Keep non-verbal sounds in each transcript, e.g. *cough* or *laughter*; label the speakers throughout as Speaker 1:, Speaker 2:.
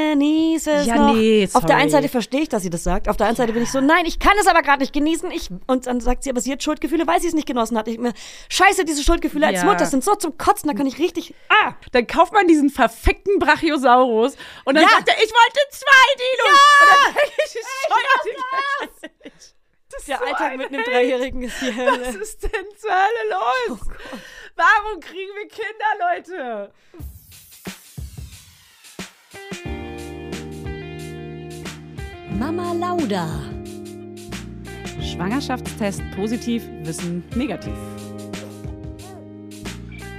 Speaker 1: genieße es
Speaker 2: Ja,
Speaker 1: noch.
Speaker 2: nee,
Speaker 1: Auf der
Speaker 2: sorry.
Speaker 1: einen Seite verstehe ich, dass sie das sagt. Auf der anderen Seite bin ich so, nein, ich kann es aber gerade nicht genießen. Ich, und dann sagt sie, aber sie hat Schuldgefühle, weil sie es nicht genossen hat. Ich mir, scheiße, diese Schuldgefühle als
Speaker 2: Ja.
Speaker 1: Mutter sind so zum Kotzen, da kann ich richtig, ah!
Speaker 2: Dann kauft man diesen verfickten Brachiosaurus und dann
Speaker 1: Ja.
Speaker 2: sagt er, ich wollte zwei Dinos. Ja. Und dann denke ich, ich scheuer die ganze Zeit. Das ist
Speaker 1: Der
Speaker 2: so
Speaker 1: Alltag
Speaker 2: eine
Speaker 1: mit einem
Speaker 2: Hölle.
Speaker 1: Dreijährigen ist die
Speaker 2: Was
Speaker 1: Hölle.
Speaker 2: ist denn zur Hölle los? Warum kriegen wir Kinder, Leute?
Speaker 3: Mama Lauda.
Speaker 2: Schwangerschaftstest positiv, Wissen negativ.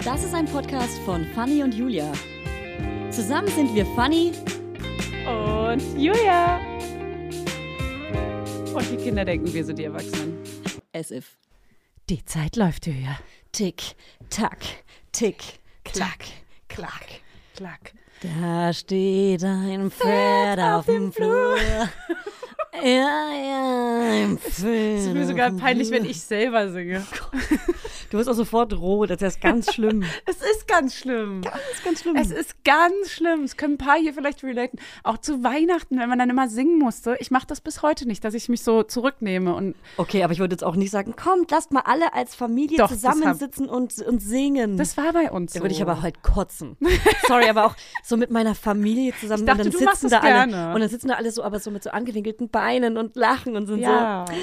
Speaker 3: Das ist ein Podcast von Fanny und Julia. Zusammen sind wir Fanny
Speaker 2: Und Julia. Und die Kinder denken, wir sind die Erwachsenen.
Speaker 3: as if.
Speaker 2: Die Zeit läuft, Julia.
Speaker 1: Tick, tack, tick,
Speaker 2: Klack, klack, klack.
Speaker 1: Da steht ein Pferd auf dem Flur. *laughs* ja, ja, *laughs* ein Pferd.
Speaker 2: Es ist mir sogar peinlich, wenn ich selber singe.
Speaker 1: Du wirst auch sofort rot, das ist ganz schlimm.
Speaker 2: Es ist ganz schlimm.
Speaker 1: *laughs* Das ist ganz schlimm.
Speaker 2: Es ist ganz schlimm. Es können ein paar hier vielleicht relaten. Auch zu Weihnachten, wenn man dann immer singen musste. Ich mache das bis heute nicht, dass ich mich so zurücknehme. Und
Speaker 1: Okay, aber ich würde jetzt auch nicht sagen, kommt, lasst mal alle als Familie
Speaker 2: Doch, das
Speaker 1: zusammensitzen und, und singen.
Speaker 2: das war bei uns so.
Speaker 1: da würde ich aber halt kotzen. Sorry, aber auch so mit meiner Familie zusammen
Speaker 2: Ich dachte,
Speaker 1: und dann
Speaker 2: du machst
Speaker 1: sitzen da
Speaker 2: es
Speaker 1: alle
Speaker 2: gerne.
Speaker 1: und dann sitzen da alle so, aber so mit so angewinkelten Beinen und lachen und sind
Speaker 2: ja.
Speaker 1: so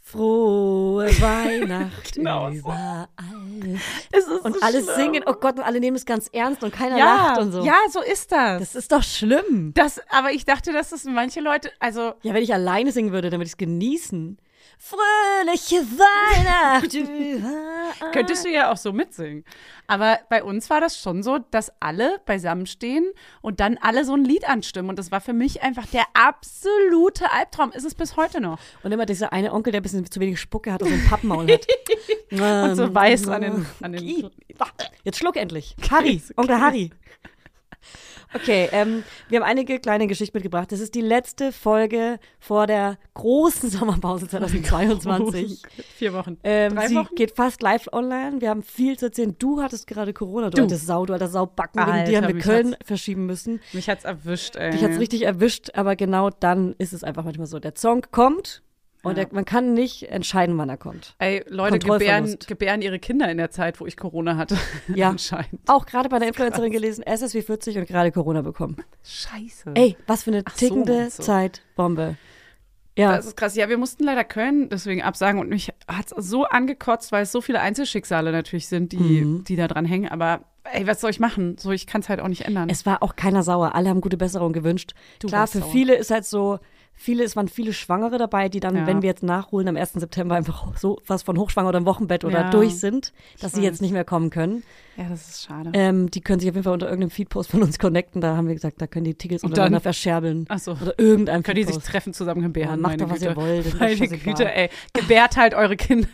Speaker 1: frohe *laughs* Weihnacht
Speaker 2: Genau so.
Speaker 1: überall
Speaker 2: Es ist
Speaker 1: und
Speaker 2: so
Speaker 1: alle
Speaker 2: schlimm.
Speaker 1: singen. Oh Gott, und alle nehmen es ganz ernst und keiner
Speaker 2: ja,
Speaker 1: lacht und so.
Speaker 2: Ja, so ist das.
Speaker 1: Das ist doch schlimm.
Speaker 2: Das, aber ich dachte, dass das manche Leute, also
Speaker 1: Ja, wenn ich alleine singen würde, dann würde ich es genießen. Fröhliche
Speaker 2: *laughs*
Speaker 1: Weihnacht überall.
Speaker 2: könntest du ja auch so mitsingen. Aber bei uns war das schon so, dass alle beisammenstehen und dann alle so ein Lied anstimmen. Und das war für mich einfach der absolute Albtraum. Ist es bis heute noch.
Speaker 1: Und immer dieser eine Onkel, der ein bisschen zu wenig Spucke hat und so ein Pappenmaul hat.
Speaker 2: *laughs* Und so weiß an den. An den
Speaker 1: Jetzt schluck endlich. Harry,
Speaker 2: Ist okay.
Speaker 1: Onkel Harry. Okay, ähm, wir haben einige kleine Geschichten mitgebracht. Das ist die letzte Folge vor der großen
Speaker 2: Oh
Speaker 1: Sommerpause 2022.
Speaker 2: Vier Wochen.
Speaker 1: Ähm,
Speaker 2: Drei
Speaker 1: sie
Speaker 2: Wochen?
Speaker 1: geht fast live online. Wir haben viel zu erzählen. Du hattest gerade Corona, du,
Speaker 2: Du.
Speaker 1: altes Sau, du alter Saubacken. Wegen
Speaker 2: Alter,
Speaker 1: dir haben wir
Speaker 2: mich
Speaker 1: Köln verschieben müssen.
Speaker 2: Mich hat's erwischt, ey.
Speaker 1: Dich hat's richtig erwischt, aber genau dann ist es einfach manchmal so. Der Song kommt und
Speaker 2: Ja.
Speaker 1: der, man kann nicht entscheiden, wann er kommt.
Speaker 2: Ey, Leute gebären,
Speaker 1: Kontrollverlust.
Speaker 2: gebären ihre Kinder in der Zeit, wo ich Corona hatte. *laughs*
Speaker 1: Ja.
Speaker 2: Anscheinend.
Speaker 1: Auch gerade bei einer Influencerin gelesen, SSW 40 und gerade Corona bekommen.
Speaker 2: Scheiße.
Speaker 1: Ey, was für eine
Speaker 2: Äh. so,
Speaker 1: tickende
Speaker 2: meinst du?
Speaker 1: Zeitbombe. Ja,
Speaker 2: Das ist krass. Ja, wir mussten leider Köln deswegen absagen und mich hat es so angekotzt, weil es so viele Einzelschicksale natürlich sind, die,
Speaker 1: Mhm.
Speaker 2: die da dran hängen. Aber ey, was soll ich machen? So, ich kann es halt auch nicht ändern.
Speaker 1: es war auch keiner sauer. Alle haben gute Besserung gewünscht. Klar,
Speaker 2: warst
Speaker 1: für
Speaker 2: sauer.
Speaker 1: viele ist halt so, viele, es waren viele Schwangere dabei, die dann,
Speaker 2: Ja.
Speaker 1: wenn wir jetzt nachholen, am 1. September einfach so was von Hochschwanger oder im Wochenbett oder
Speaker 2: Ja.
Speaker 1: durch sind, dass sie
Speaker 2: weiß.
Speaker 1: jetzt nicht mehr kommen können.
Speaker 2: ja, das ist schade.
Speaker 1: Ähm, die können sich auf jeden Fall unter irgendeinem Feedpost von uns connecten. Da haben wir gesagt, da können die Tickets
Speaker 2: Und
Speaker 1: untereinander
Speaker 2: dann?
Speaker 1: verscherbeln.
Speaker 2: Ach so.
Speaker 1: Oder irgendein
Speaker 2: Könnt ihr
Speaker 1: Feedpost.
Speaker 2: sich treffen, zusammen gebären?
Speaker 1: Ja, macht
Speaker 2: meine
Speaker 1: doch, was
Speaker 2: Güte.
Speaker 1: ihr wollt, ist doch
Speaker 2: Meine
Speaker 1: scheißegal.
Speaker 2: Güte, ey. Gebärt halt eure Kinder,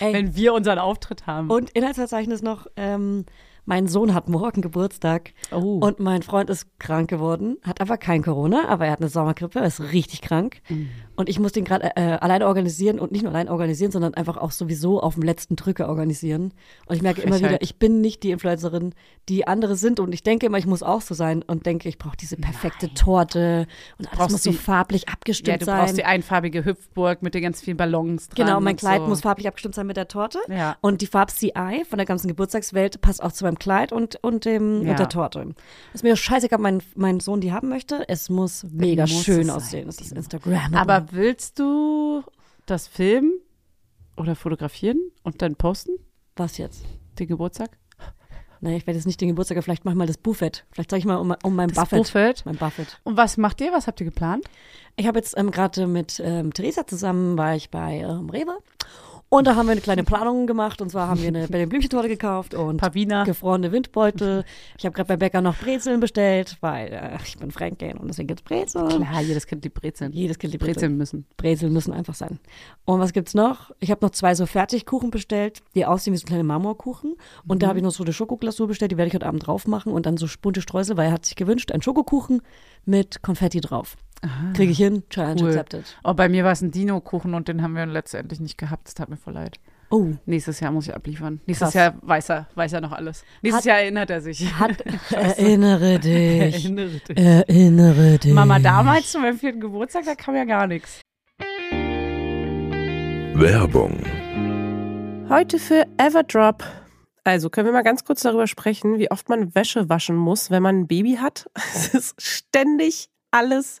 Speaker 1: Ey.
Speaker 2: wenn wir unseren Auftritt haben.
Speaker 1: Und Inhaltsverzeichnis noch, ähm, mein Sohn hat morgen Geburtstag
Speaker 2: Oh.
Speaker 1: und mein Freund ist krank geworden, hat aber kein Corona, aber er hat eine Sommergrippe, er ist richtig krank.
Speaker 2: Mm.
Speaker 1: Und ich muss den gerade äh, allein organisieren und nicht nur allein organisieren, sondern einfach auch sowieso auf dem letzten Drücker organisieren. Und ich merke immer
Speaker 2: Frechheit.
Speaker 1: wieder, ich bin nicht die Influencerin, die andere sind und ich denke immer, ich muss auch so sein und denke, ich brauche diese perfekte Torte und alles
Speaker 2: brauchst
Speaker 1: muss so
Speaker 2: die-
Speaker 1: farblich
Speaker 2: ja,
Speaker 1: abgestimmt
Speaker 2: du
Speaker 1: sein.
Speaker 2: brauchst die einfarbige Hüpfburg mit den ganz vielen Ballons dran.
Speaker 1: Genau, mein
Speaker 2: und
Speaker 1: Kleid
Speaker 2: so.
Speaker 1: muss farblich abgestimmt sein mit der Torte.
Speaker 2: Ja.
Speaker 1: Und die Farb CI von der ganzen Geburtstagswelt passt auch zu meinem Kleid und, und, dem,
Speaker 2: Ja.
Speaker 1: und der Torte. Ist mir scheißegal, ob mein, mein Sohn die haben möchte. Es muss mega
Speaker 2: muss
Speaker 1: schön
Speaker 2: es sein.
Speaker 1: aussehen. Das ist Instagram.
Speaker 2: Aber willst du das filmen oder fotografieren und dann posten?
Speaker 1: was jetzt?
Speaker 2: Den Geburtstag?
Speaker 1: Naja, ich werde jetzt nicht den Geburtstag, aber vielleicht mach ich mal das Buffett. Vielleicht zeige ich mal um, um mein
Speaker 2: Das
Speaker 1: Buffett.
Speaker 2: Buffett.
Speaker 1: Mein Buffett.
Speaker 2: Und was macht ihr? Was habt ihr geplant?
Speaker 1: Ich habe jetzt ähm, gerade mit ähm, Theresa zusammen, war ich bei ähm, Rewe. Und da haben wir eine kleine Planung gemacht. Und zwar haben wir eine
Speaker 2: *laughs*
Speaker 1: Berlin-Blümchen-Torte gekauft und
Speaker 2: Paar Wiener.
Speaker 1: gefrorene
Speaker 2: *laughs*
Speaker 1: Windbeutel. Ich habe gerade beim Bäcker noch Brezeln bestellt, weil äh, ich bin Fränkin und deswegen gibt's Brezeln.
Speaker 2: Klar, jedes Kind die Brezeln.
Speaker 1: Jedes Kind liebt Brezeln.
Speaker 2: Brezeln müssen.
Speaker 1: Brezeln müssen einfach sein. Und was gibt's noch? Ich habe noch zwei so Fertigkuchen bestellt, die aussehen wie so kleine Marmorkuchen. Und da habe ich noch so eine Schokoglasur bestellt, die werde ich heute Abend drauf machen und dann so bunte Streusel, weil er hat sich gewünscht, einen Schokokuchen mit Konfetti drauf. Kriege ich hin, Challenge
Speaker 2: Cool.
Speaker 1: accepted.
Speaker 2: Oh, bei mir war es ein Dino-Kuchen und den haben wir letztendlich nicht gehabt. Das tat mir voll leid.
Speaker 1: Oh.
Speaker 2: Nächstes Jahr muss ich abliefern. Nächstes
Speaker 1: Krass.
Speaker 2: Jahr weiß er, weiß er noch alles. Nächstes
Speaker 1: Hat-
Speaker 2: Jahr erinnert er sich.
Speaker 1: *laughs* Hat, erinnere
Speaker 2: *laughs*
Speaker 1: dich.
Speaker 2: Erinnere dich.
Speaker 1: Erinnere dich.
Speaker 2: Mama, damals zu meinem vierten Geburtstag, da kam ja gar nichts.
Speaker 4: Werbung.
Speaker 5: Heute für Everdrop. Also können wir mal ganz kurz darüber sprechen, wie oft man Wäsche waschen muss, wenn man ein Baby hat. *laughs* Es ist ständig alles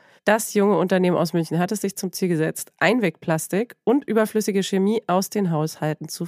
Speaker 5: Das junge Unternehmen aus München hat es sich zum Ziel gesetzt, Einwegplastik und überflüssige Chemie aus den Haushalten zu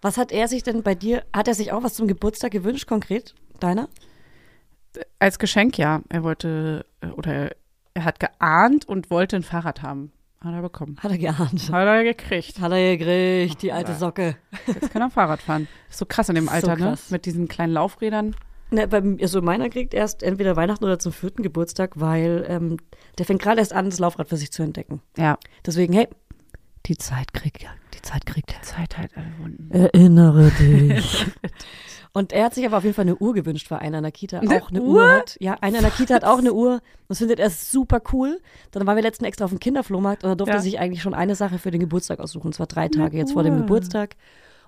Speaker 1: Was hat er sich denn bei dir, hat er sich auch was zum Geburtstag gewünscht, konkret? Deiner?
Speaker 2: Als Geschenk, ja. Er wollte, äh, oder er hat geahnt und wollte ein Fahrrad haben. Hat er bekommen.
Speaker 1: Hat er geahnt.
Speaker 2: Hat er gekriegt.
Speaker 1: Hat er gekriegt, die alte Socke.
Speaker 2: Jetzt kann er Fahrrad fahren. Ist so krass in dem
Speaker 1: So
Speaker 2: Alter, ne?
Speaker 1: krass.
Speaker 2: Mit diesen kleinen Laufrädern.
Speaker 1: Ne, bei, mir- also meiner kriegt erst entweder Weihnachten oder zum vierten Geburtstag, weil ähm, der fängt gerade erst an, das Laufrad für sich zu entdecken.
Speaker 2: Ja.
Speaker 1: Deswegen, hey, die Zeit kriegt er. Die Zeit kriegt er.
Speaker 2: Zeit halt alle Wunden.
Speaker 1: Erinnere
Speaker 2: *laughs*
Speaker 1: dich. Und er hat sich aber auf jeden Fall eine Uhr gewünscht, weil einer in der Kita
Speaker 2: Eine
Speaker 1: auch eine
Speaker 2: Uhr?
Speaker 1: Uhr, hat. Ja, einer in der Kita hat auch eine Uhr. Das findet er super cool. Dann waren wir letztens extra auf dem Kinderflohmarkt und da durfte
Speaker 2: Ja.
Speaker 1: er sich eigentlich schon eine Sache für den Geburtstag aussuchen. Und zwar drei Tage jetzt vor dem
Speaker 2: Uhr.
Speaker 1: Geburtstag.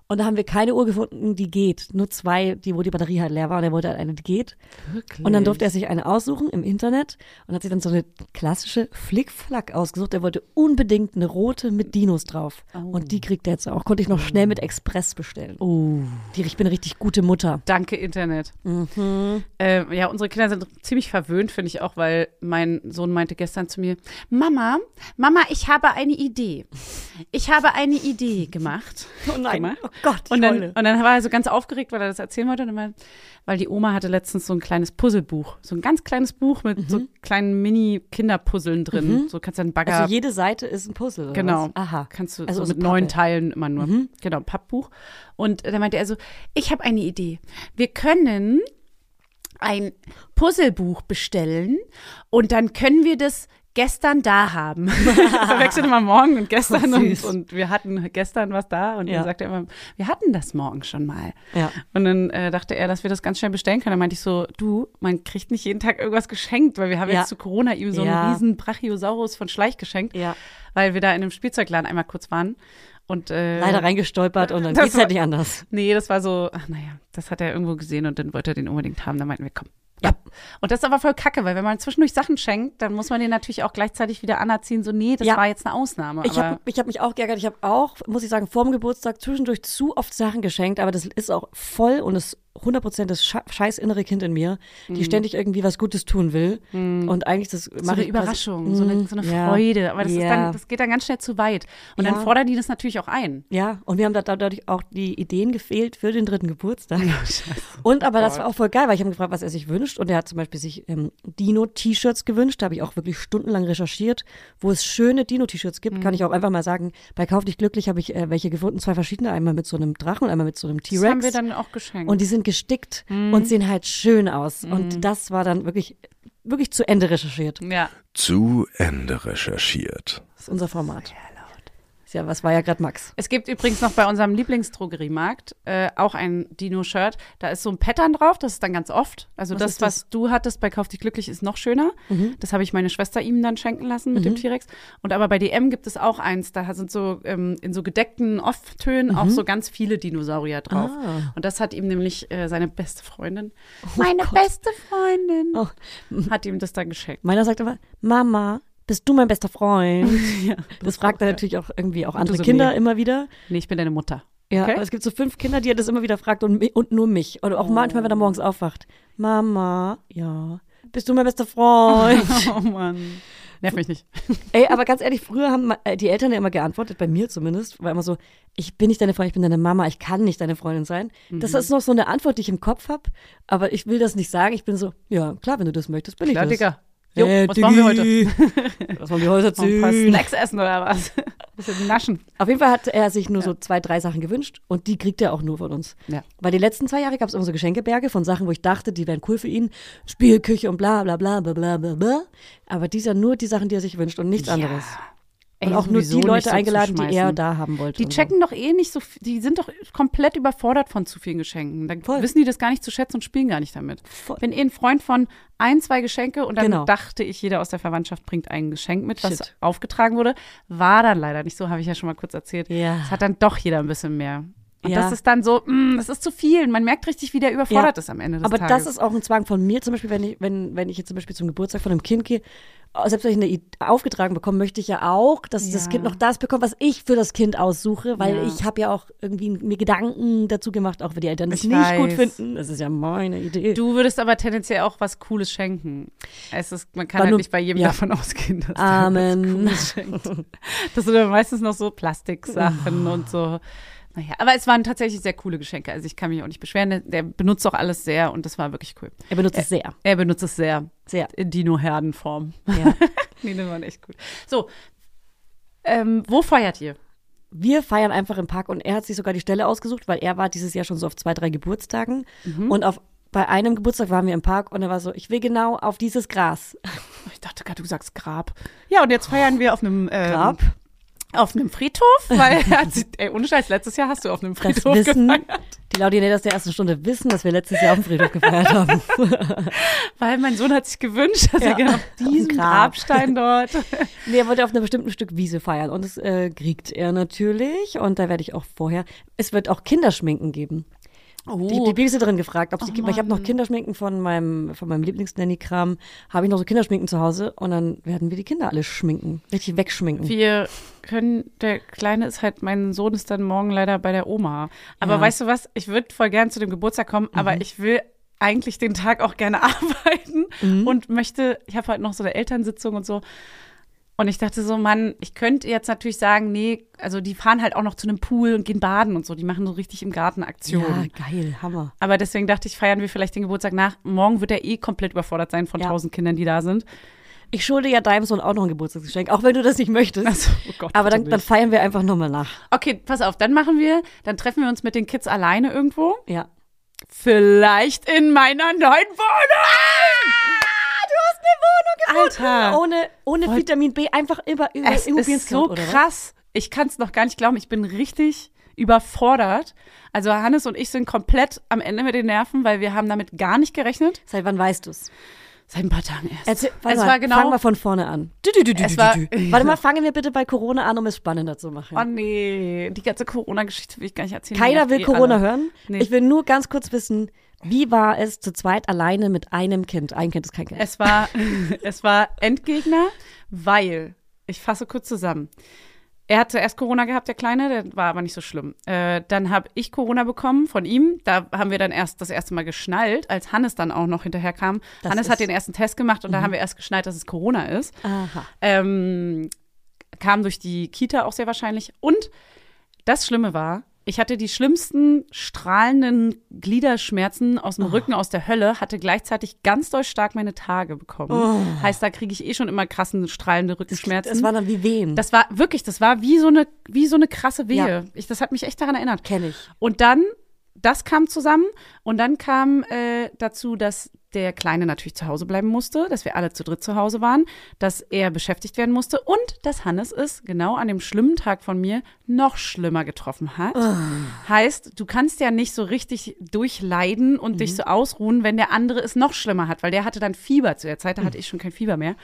Speaker 1: Und da haben wir keine Uhr gefunden, die geht. Nur zwei, die, wo die Batterie halt leer war und er wollte halt eine, die geht.
Speaker 2: Wirklich.
Speaker 1: Und dann durfte er sich eine aussuchen im Internet und hat sich dann so eine klassische Flickflack ausgesucht. Er wollte unbedingt eine rote mit Dinos drauf. Und die kriegt er jetzt auch. Konnte ich noch schnell mit Express bestellen.
Speaker 2: Oh.
Speaker 1: Die, ich bin eine richtig gute Mutter.
Speaker 2: Danke, Internet.
Speaker 1: Mhm.
Speaker 2: Ähm, ja, unsere Kinder sind ziemlich verwöhnt, finde ich auch, weil mein Sohn meinte gestern zu mir, Mama, Mama, ich habe eine Idee. Ich habe eine Idee gemacht.
Speaker 1: Oh nein.
Speaker 2: Guck mal.
Speaker 1: Oh Gott, ich
Speaker 2: und, dann,
Speaker 1: heule.
Speaker 2: und dann war er so ganz aufgeregt, weil er das erzählen wollte. Und dann meinte- weil die Oma hatte letztens so ein kleines Puzzlebuch. So ein ganz kleines Buch mit
Speaker 1: Mhm.
Speaker 2: so kleinen Mini-Kinderpuzzeln drin. So kannst du einen Bagger
Speaker 1: Also jede Seite ist ein Puzzle. Oder
Speaker 2: Genau.
Speaker 1: Was? Aha.
Speaker 2: Kannst du
Speaker 1: Also
Speaker 2: so
Speaker 1: so
Speaker 2: mit
Speaker 1: Pappe.
Speaker 2: neun
Speaker 1: Mhm.
Speaker 2: Teilen immer nur. Genau, Pappbuch. Und da meinte er so, ich habe eine Idee. Wir können ein Puzzlebuch bestellen und dann können wir das gestern
Speaker 1: *laughs*
Speaker 2: da haben. Verwechseln immer morgen und gestern
Speaker 1: Oh,
Speaker 2: und,
Speaker 1: süß.
Speaker 2: und wir hatten gestern was da und
Speaker 1: Ja.
Speaker 2: dann sagt er immer, wir hatten das morgen schon mal.
Speaker 1: Ja.
Speaker 2: Und dann äh, dachte er, dass wir das ganz schnell bestellen können. Dann meinte ich so, du, man kriegt nicht jeden Tag irgendwas geschenkt, weil wir haben
Speaker 1: Ja.
Speaker 2: jetzt zu Corona ihm so
Speaker 1: Ja.
Speaker 2: einen riesen Brachiosaurus von Schleich geschenkt
Speaker 1: Ja.
Speaker 2: weil wir da in einem Spielzeugladen einmal kurz waren. Und äh,
Speaker 1: Leider reingestolpert und dann
Speaker 2: Das
Speaker 1: geht's halt
Speaker 2: war-
Speaker 1: nicht anders.
Speaker 2: Nee, das war so, ach naja, das hat er irgendwo gesehen und dann wollte er den unbedingt haben. Dann meinten wir, komm. Ja. Und das ist aber voll kacke, weil wenn man zwischendurch Sachen schenkt, dann muss man den natürlich auch gleichzeitig wieder anerziehen, so, nee, das
Speaker 1: Ja.
Speaker 2: war jetzt eine Ausnahme.
Speaker 1: Ich habe
Speaker 2: aber
Speaker 1: ich hab mich auch geärgert. Ich habe auch, muss ich sagen, vor dem Geburtstag zwischendurch zu oft Sachen geschenkt, aber das ist auch voll und es 100% das scha- scheiß innere Kind in mir, die ständig irgendwie was Gutes tun will. Und eigentlich das mache
Speaker 2: Mhm. so eine
Speaker 1: ich quasi- Mhm.
Speaker 2: Überraschung, so eine, so eine
Speaker 1: Ja.
Speaker 2: Freude. Aber das, ist
Speaker 1: Ja.
Speaker 2: dann, das geht dann ganz schnell zu weit. Und
Speaker 1: Ja.
Speaker 2: dann fordern die das natürlich auch ein.
Speaker 1: Ja, und wir haben da dadurch auch die Ideen gefehlt für den dritten Geburtstag. und aber das war auch voll geil, weil ich habe gefragt, was er sich wünscht. Und er hat zum Beispiel sich ähm, Dino-T-Shirts gewünscht. Da habe ich auch wirklich stundenlang recherchiert, wo es schöne Dino-T-Shirts gibt.
Speaker 2: Mhm.
Speaker 1: Kann ich auch einfach mal sagen, bei Kauf dich glücklich habe ich äh, welche gefunden. Zwei verschiedene, einmal mit so einem Drachen und einmal mit so einem
Speaker 2: Das
Speaker 1: T-Rex.
Speaker 2: haben wir dann Mhm. auch geschenkt.
Speaker 1: und die sind gestickt und sehen halt schön aus.
Speaker 2: Mhm.
Speaker 1: Und das war dann wirklich, wirklich zu Ende recherchiert.
Speaker 2: ja.
Speaker 4: Zu Ende recherchiert.
Speaker 1: Das ist unser Format. Ist Ja, was war ja gerade Max?
Speaker 2: Es gibt übrigens noch bei unserem Lieblingsdrogeriemarkt äh, auch ein Dino-Shirt. Da ist so ein Pattern drauf, das ist dann ganz oft. Also das,
Speaker 1: ist das? Mhm.
Speaker 2: was du hattest bei Kauf dich glücklich, ist noch schöner. Das habe ich meine Schwester ihm dann schenken lassen mit dem T-Rex. Und aber bei DM gibt es auch eins, da sind so ähm, in so gedeckten Off-Tönen
Speaker 1: Mhm.
Speaker 2: auch so ganz viele Dinosaurier drauf.
Speaker 1: Ah.
Speaker 2: Und das hat ihm nämlich äh, seine beste Freundin, *laughs* meine beste Freundin,
Speaker 1: Oh.
Speaker 2: hat ihm das dann geschenkt.
Speaker 1: Meiner sagt immer, Mama, bist du mein bester *laughs* Freund? das fragt er natürlich auch irgendwie auch andere
Speaker 2: so,
Speaker 1: Kinder
Speaker 2: nee.
Speaker 1: immer wieder.
Speaker 2: Nee, ich bin deine Mutter.
Speaker 1: Ja,
Speaker 2: Okay.
Speaker 1: aber es gibt so fünf Kinder, die er das immer wieder fragt und, mi- und nur mich. Oder auch manchmal, wenn er morgens aufwacht. Mama, ja, bist du mein bester Freund?
Speaker 2: *laughs* Oh Mann. Nerv mich nicht.
Speaker 1: *laughs* Ey, aber ganz ehrlich, früher haben ma- äh, die Eltern ja immer geantwortet, bei mir zumindest, war immer so, ich bin nicht deine Freundin, ich bin deine Mama, ich kann nicht deine Freundin sein. Das ist noch so eine Antwort, die ich im Kopf habe, aber ich will das nicht sagen. Ich bin so, ja, klar, wenn du das möchtest, bin
Speaker 2: Klar,
Speaker 1: ich das.
Speaker 2: Digga. Jo,
Speaker 1: Äh,
Speaker 2: was machen wir heute?
Speaker 1: Diggi. *laughs* was wollen wir heute
Speaker 2: Noch ein paar
Speaker 1: erzählen?
Speaker 2: Snacks essen
Speaker 1: *laughs*
Speaker 2: oder was? Bisschen naschen.
Speaker 1: Auf jeden Fall hat er sich nur so zwei, drei Sachen gewünscht und die kriegt er auch nur von uns.
Speaker 2: Ja.
Speaker 1: Weil die letzten zwei Jahre gab es immer so Geschenkeberge von Sachen, wo ich dachte, die wären cool für ihn. Spielküche und bla bla bla bla bla bla bla. Aber dieser nur die Sachen, die er sich wünscht und nichts anderes. Und auch nur die Leute eingeladen, die er da haben wollte.
Speaker 2: Die
Speaker 1: und
Speaker 2: checken doch eh nicht so, viel- die sind doch komplett überfordert von zu vielen Geschenken. Dann
Speaker 1: Voll.
Speaker 2: wissen die das gar nicht zu schätzen und spielen gar nicht damit.
Speaker 1: Voll.
Speaker 2: Ich bin eh ein Freund von ein, zwei Geschenke und dann
Speaker 1: Genau.
Speaker 2: dachte ich, jeder aus der Verwandtschaft bringt ein Geschenk mit, was
Speaker 1: Shit.
Speaker 2: aufgetragen wurde. War dann leider nicht so, habe ich ja schon mal kurz erzählt.
Speaker 1: Ja.
Speaker 2: Es hat dann doch jeder ein bisschen mehr. Und
Speaker 1: Ja.
Speaker 2: das ist dann so, mh, das ist zu viel. Man merkt richtig, wie der
Speaker 1: so. Ja.
Speaker 2: überfordert ist am Ende des
Speaker 1: Aber
Speaker 2: Tages.
Speaker 1: das ist auch ein Zwang von mir, zum Beispiel, wenn ich, wenn, wenn ich jetzt zum Beispiel zum Geburtstag von einem Kind gehe, äh, selbst wenn ich eine I- aufgetragen bekomme, möchte ich ja auch, dass das
Speaker 2: Ja.
Speaker 1: Kind noch das bekommt, was ich für das Kind aussuche, weil
Speaker 2: Ja.
Speaker 1: ich habe ja auch irgendwie mir Gedanken dazu gemacht, auch wenn die Eltern das
Speaker 2: Ich
Speaker 1: nicht gut
Speaker 2: weiß.
Speaker 1: finden. Das ist ja meine Idee.
Speaker 2: Du würdest aber tendenziell auch was Cooles schenken. Es ist, man kann
Speaker 1: War
Speaker 2: halt
Speaker 1: nur-
Speaker 2: nicht bei jedem
Speaker 1: ja.
Speaker 2: davon ausgehen, dass der halt was
Speaker 1: Amen.
Speaker 2: Cooles schenkt. Das sind dann meistens noch so Plastiksachen
Speaker 1: Oh.
Speaker 2: und so. Naja, aber es waren tatsächlich sehr coole Geschenke. Also ich kann mich auch nicht beschweren. Der- Der benutzt auch alles sehr und das war wirklich cool.
Speaker 1: Er benutzt es sehr.
Speaker 2: Er benutzt es sehr. *laughs*
Speaker 1: Sehr.
Speaker 2: In Dino-Herdenform.
Speaker 1: Ja.
Speaker 2: *laughs* nee, das waren echt cool. So, ähm, wo feiert ihr?
Speaker 1: *laughs* Wir feiern einfach im Park und er hat sich sogar die Stelle ausgesucht, weil er war dieses Jahr schon so auf zwei, drei Geburtstagen.
Speaker 2: Mhm.
Speaker 1: Und auf, bei einem Geburtstag waren wir im Park und er war so, ich will genau auf dieses Gras.
Speaker 2: Ich dachte gerade, du sagst Grab. Ja, und jetzt feiern wir auf einem ähm,
Speaker 1: Grab?
Speaker 2: Auf einem Friedhof, weil *laughs* also, ey, ohne Scheiß, letztes Jahr hast du auf einem
Speaker 1: Das
Speaker 2: Friedhof
Speaker 1: wissen
Speaker 2: gefeiert.
Speaker 1: die Laudinators der ersten Stunde wissen, dass wir letztes Jahr auf dem Friedhof gefeiert haben.
Speaker 2: Weil mein Sohn hat sich gewünscht, dass
Speaker 1: Ja.
Speaker 2: er gerne auf
Speaker 1: Auf dem
Speaker 2: diesem
Speaker 1: Grab.
Speaker 2: Grabstein dort.
Speaker 1: *laughs* *laughs* Nee, er wollte auf einem bestimmten Stück Wiese feiern und das äh, kriegt er natürlich und da werde ich auch vorher, es wird auch Kinderschminken geben. Ich habe die Babysitterin gefragt, ob sie, weil ich habe noch Kinderschminken von meinem, von meinem Lieblings-Nanny-Kram, habe ich noch so Kinderschminken zu Hause und dann werden wir die Kinder alle schminken, richtig wegschminken.
Speaker 2: Wir können, der Kleine ist halt, mein Sohn ist dann morgen leider bei der Oma. Aber
Speaker 1: Ja. Mhm.
Speaker 2: weißt du was, ich würde voll gern zu dem Geburtstag kommen, aber ich will eigentlich den Tag auch gerne *laughs* arbeiten
Speaker 1: Mhm.
Speaker 2: und möchte, ich habe heute noch so eine Elternsitzung und so. Und ich dachte so, Mann, ich könnte jetzt natürlich sagen, nee, also die fahren halt auch noch zu einem Pool und gehen baden und so. Die machen so richtig im Garten
Speaker 1: Ja,
Speaker 2: Aktionen.
Speaker 1: geil, Hammer.
Speaker 2: Aber deswegen dachte ich, feiern wir vielleicht den Geburtstag nach. Morgen wird er eh komplett überfordert sein von
Speaker 1: Ja.
Speaker 2: tausend Kindern, die da sind.
Speaker 1: Ich schulde ja deinem Sohn auch noch ein Geburtstagsgeschenk, auch wenn du das nicht möchtest.
Speaker 2: Also, oh Gott,
Speaker 1: Aber dann,
Speaker 2: bitte
Speaker 1: dann
Speaker 2: nicht.
Speaker 1: feiern wir einfach nochmal nach.
Speaker 2: Okay, pass auf, dann machen wir, dann treffen wir uns mit den Kids alleine irgendwo.
Speaker 1: Ja.
Speaker 2: Vielleicht in meiner neuen
Speaker 1: Ah,
Speaker 2: Wohnung! du hast eine Wohnung
Speaker 1: Ohne, ohne
Speaker 2: Wollt-
Speaker 1: Vitamin B einfach über, über
Speaker 2: Alter, es ist so
Speaker 1: Immobilien-Scout, oder was?
Speaker 2: krass. Ich kann es noch gar nicht glauben. Ich bin richtig überfordert. Also Hannes und ich sind komplett am Ende mit den Nerven, weil wir haben damit gar nicht gerechnet.
Speaker 1: Seit wann weißt du's?
Speaker 2: Seit ein paar Tagen erst.
Speaker 1: Erzähl,
Speaker 2: es
Speaker 1: warte mal,
Speaker 2: war genau
Speaker 1: fangen wir von vorne an. Dü, dü, dü, dü,
Speaker 2: Es
Speaker 1: dü,
Speaker 2: war-
Speaker 1: dü. *laughs* Warte mal, fangen wir bitte bei Corona an, um es spannender zu machen.
Speaker 2: Oh nee, die ganze Corona-Geschichte will ich gar nicht erzählen.
Speaker 1: Keiner
Speaker 2: Die
Speaker 1: will
Speaker 2: eh
Speaker 1: Corona
Speaker 2: alle.
Speaker 1: hören.
Speaker 2: Nee.
Speaker 1: Ich will nur ganz kurz wissen, wie war es zu zweit alleine mit einem Kind? Ein Kind ist kein Kind.
Speaker 2: Es *laughs* war, es war Endgegner, weil, ich fasse kurz zusammen. Er hat zuerst Corona gehabt, der Kleine, der war aber nicht so schlimm. Äh, dann habe ich Corona bekommen von ihm. Da haben wir dann erst das erste Mal geschnallt, als Hannes dann auch noch hinterher kam.
Speaker 1: Das
Speaker 2: Hannes
Speaker 1: ist- Mhm.
Speaker 2: hat den ersten Test gemacht und da haben wir erst geschnallt, dass es Corona ist.
Speaker 1: Aha.
Speaker 2: Ähm, kam durch die Kita auch sehr wahrscheinlich. Und das Schlimme war, ich hatte die schlimmsten strahlenden Gliederschmerzen aus
Speaker 1: Oh.
Speaker 2: dem Rücken, aus der Hölle, hatte gleichzeitig ganz doll stark meine Tage bekommen.
Speaker 1: Oh.
Speaker 2: Heißt, da kriege ich eh schon immer krassen strahlende Rückenschmerzen.
Speaker 1: Es war dann wie Wehen.
Speaker 2: Das war wirklich, das war wie so eine, wie so eine krasse Wehe.
Speaker 1: Ja.
Speaker 2: Ich, das hat mich echt daran erinnert.
Speaker 1: Kenn ich.
Speaker 2: Und dann, das kam zusammen und dann kam äh, dazu, dass der Kleine natürlich zu Hause bleiben musste, dass wir alle zu dritt zu Hause waren, dass er beschäftigt werden musste und dass Hannes es genau an dem schlimmen Tag von mir noch schlimmer getroffen hat. Heißt, du kannst ja nicht so richtig durchleiden und
Speaker 1: Mhm.
Speaker 2: dich so ausruhen, wenn der andere es noch schlimmer hat, weil der hatte dann Fieber zu der Zeit,
Speaker 1: Mhm.
Speaker 2: da hatte ich schon kein Fieber mehr.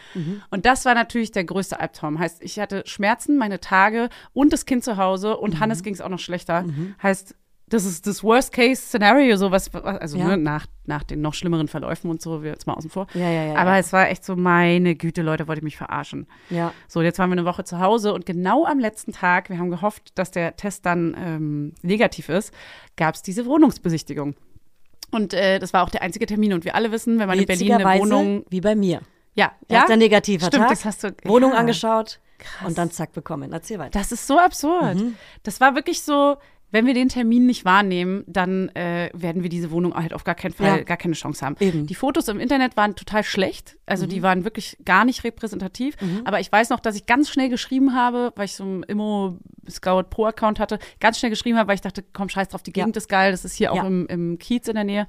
Speaker 2: Und das war natürlich der größte Albtraum. Heißt, ich hatte Schmerzen, meine Tage und das Kind zu Hause und
Speaker 1: Mhm.
Speaker 2: Hannes ging es auch noch schlechter. Heißt, das ist das Worst-Case-Szenario, so was, was- also
Speaker 1: Ja.
Speaker 2: ne, nach, nach den noch schlimmeren Verläufen und so, wir jetzt mal außen vor.
Speaker 1: Ja, ja, ja,
Speaker 2: Aber
Speaker 1: ja.
Speaker 2: es war echt so, meine Güte, Leute, wollte mich verarschen.
Speaker 1: Ja.
Speaker 2: So, jetzt waren wir eine Woche zu Hause und genau am letzten Tag, wir haben gehofft, dass der Test dann ähm, negativ ist, gab es diese Wohnungsbesichtigung. Und äh, das war auch der einzige Termin. Und wir alle wissen, wenn man in Berlin eine
Speaker 1: Witzigerweise
Speaker 2: Wohnung.
Speaker 1: Wie bei mir. Ja?
Speaker 2: Ja, ja.
Speaker 1: Erst ein negativer
Speaker 2: Stimmt,
Speaker 1: Tag,
Speaker 2: das hast du.
Speaker 1: Wohnung
Speaker 2: ja.
Speaker 1: angeschaut und dann zack bekommen. Erzähl weiter.
Speaker 2: Das ist so absurd.
Speaker 1: Mhm.
Speaker 2: Das war wirklich so, wenn wir den Termin nicht wahrnehmen, dann äh, werden wir diese Wohnung halt auf gar keinen Fall,
Speaker 1: Ja.
Speaker 2: gar keine Chance haben.
Speaker 1: Eben. Mhm.
Speaker 2: Die Fotos im Internet waren total schlecht. Also die waren wirklich gar nicht repräsentativ. Aber ich weiß noch, dass ich ganz schnell geschrieben habe, weil ich so einen Immo-Scout Pro-Account hatte, ganz schnell geschrieben habe, weil ich dachte, komm, scheiß drauf, die
Speaker 1: Ja.
Speaker 2: Gegend ist geil, das ist hier auch
Speaker 1: Ja.
Speaker 2: im, im Kiez in der Nähe.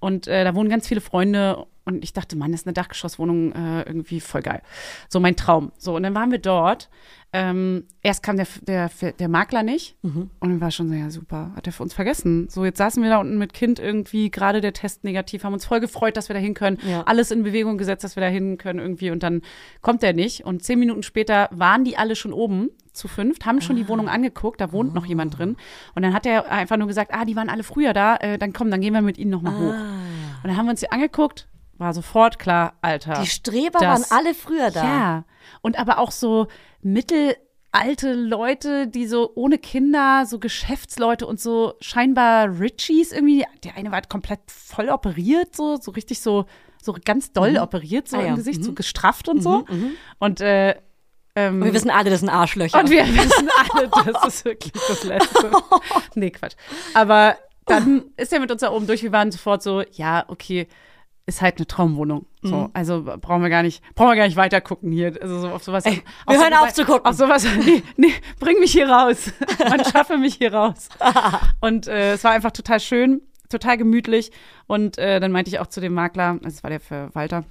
Speaker 2: Und äh, da wohnen ganz viele Freunde und ich dachte, Mann, das ist eine Dachgeschosswohnung äh, irgendwie voll geil. So mein Traum. So, und dann waren wir dort. Ähm, erst kam der, der, der Makler nicht und dann war schon so, ja super, hat er für uns vergessen. So, jetzt saßen wir da unten mit Kind irgendwie, gerade der Test negativ, haben uns voll gefreut, dass wir da hin können.
Speaker 1: Ja.
Speaker 2: Alles in Bewegung gesetzt, dass wir da hin können irgendwie und dann kommt er nicht. Und zehn Minuten später waren die alle schon oben zu fünft, haben schon die Wohnung angeguckt, da wohnt noch jemand drin. Und dann hat er einfach nur gesagt, ah, die waren alle früher da, äh, dann komm, dann gehen wir mit ihnen nochmal hoch. Und dann haben wir uns die angeguckt, war sofort klar, Alter.
Speaker 1: Die Streber
Speaker 2: das-
Speaker 1: waren alle früher da.
Speaker 2: Ja. Und aber auch so mittelalte Leute, die so ohne Kinder, so Geschäftsleute und so scheinbar Richies irgendwie. Der eine war komplett voll operiert, so, so richtig so, so ganz doll operiert, so
Speaker 1: Ah, ja. Mhm,
Speaker 2: im Gesicht, so gestrafft und so. Und äh, ähm,
Speaker 1: Und wir wissen alle, das sind Arschlöcher.
Speaker 2: und wir wissen alle, das ist wirklich
Speaker 1: *laughs*
Speaker 2: das Letzte. Nee, Quatsch. Aber dann ist er mit uns da oben durch. Wir waren sofort so, ja, okay, ist halt eine Traumwohnung. So,
Speaker 1: Mhm.
Speaker 2: Also brauchen wir gar nicht, brauchen wir gar nicht weiter gucken hier. Also so auf sowas.
Speaker 1: Ey,
Speaker 2: auf
Speaker 1: wir hören
Speaker 2: sowas-
Speaker 1: auf zu gucken.
Speaker 2: Auf sowas. *laughs* Nee, nee, bring mich hier raus. *laughs* Man schaffe mich hier raus.
Speaker 1: *laughs*
Speaker 2: Und äh, es war einfach total schön, total gemütlich. Und äh, dann meinte ich auch zu dem Makler, also es war der Verwalter,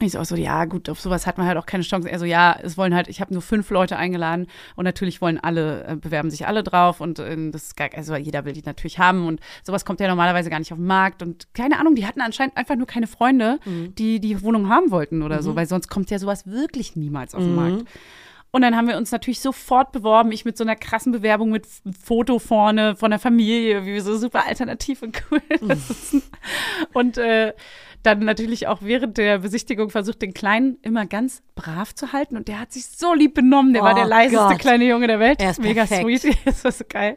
Speaker 2: ich so, auch so, ja, gut, auf sowas hat man halt auch keine Chance. Er so, ja, es wollen halt, ich habe nur fünf Leute eingeladen und natürlich wollen alle, äh, bewerben sich alle drauf und äh, das ist gar, also jeder will die natürlich haben und sowas kommt ja normalerweise gar nicht auf den Markt und keine Ahnung, die hatten anscheinend einfach nur keine Freunde, die die Wohnung haben wollten oder so, weil sonst kommt ja sowas wirklich niemals auf den Markt. Und dann haben wir uns natürlich sofort beworben. Ich mit so einer krassen Bewerbung mit F- Foto vorne von der Familie, wie wir so super alternativ und cool *laughs* sitzen. Und äh, dann natürlich auch während der Besichtigung versucht, den Kleinen immer ganz brav zu halten. Und der hat sich so lieb benommen. Der war
Speaker 1: Oh
Speaker 2: der leiseste
Speaker 1: Gott.
Speaker 2: kleine Junge der Welt.
Speaker 1: Er ist
Speaker 2: Mega
Speaker 1: perfekt.
Speaker 2: sweet. *laughs* Das war so geil.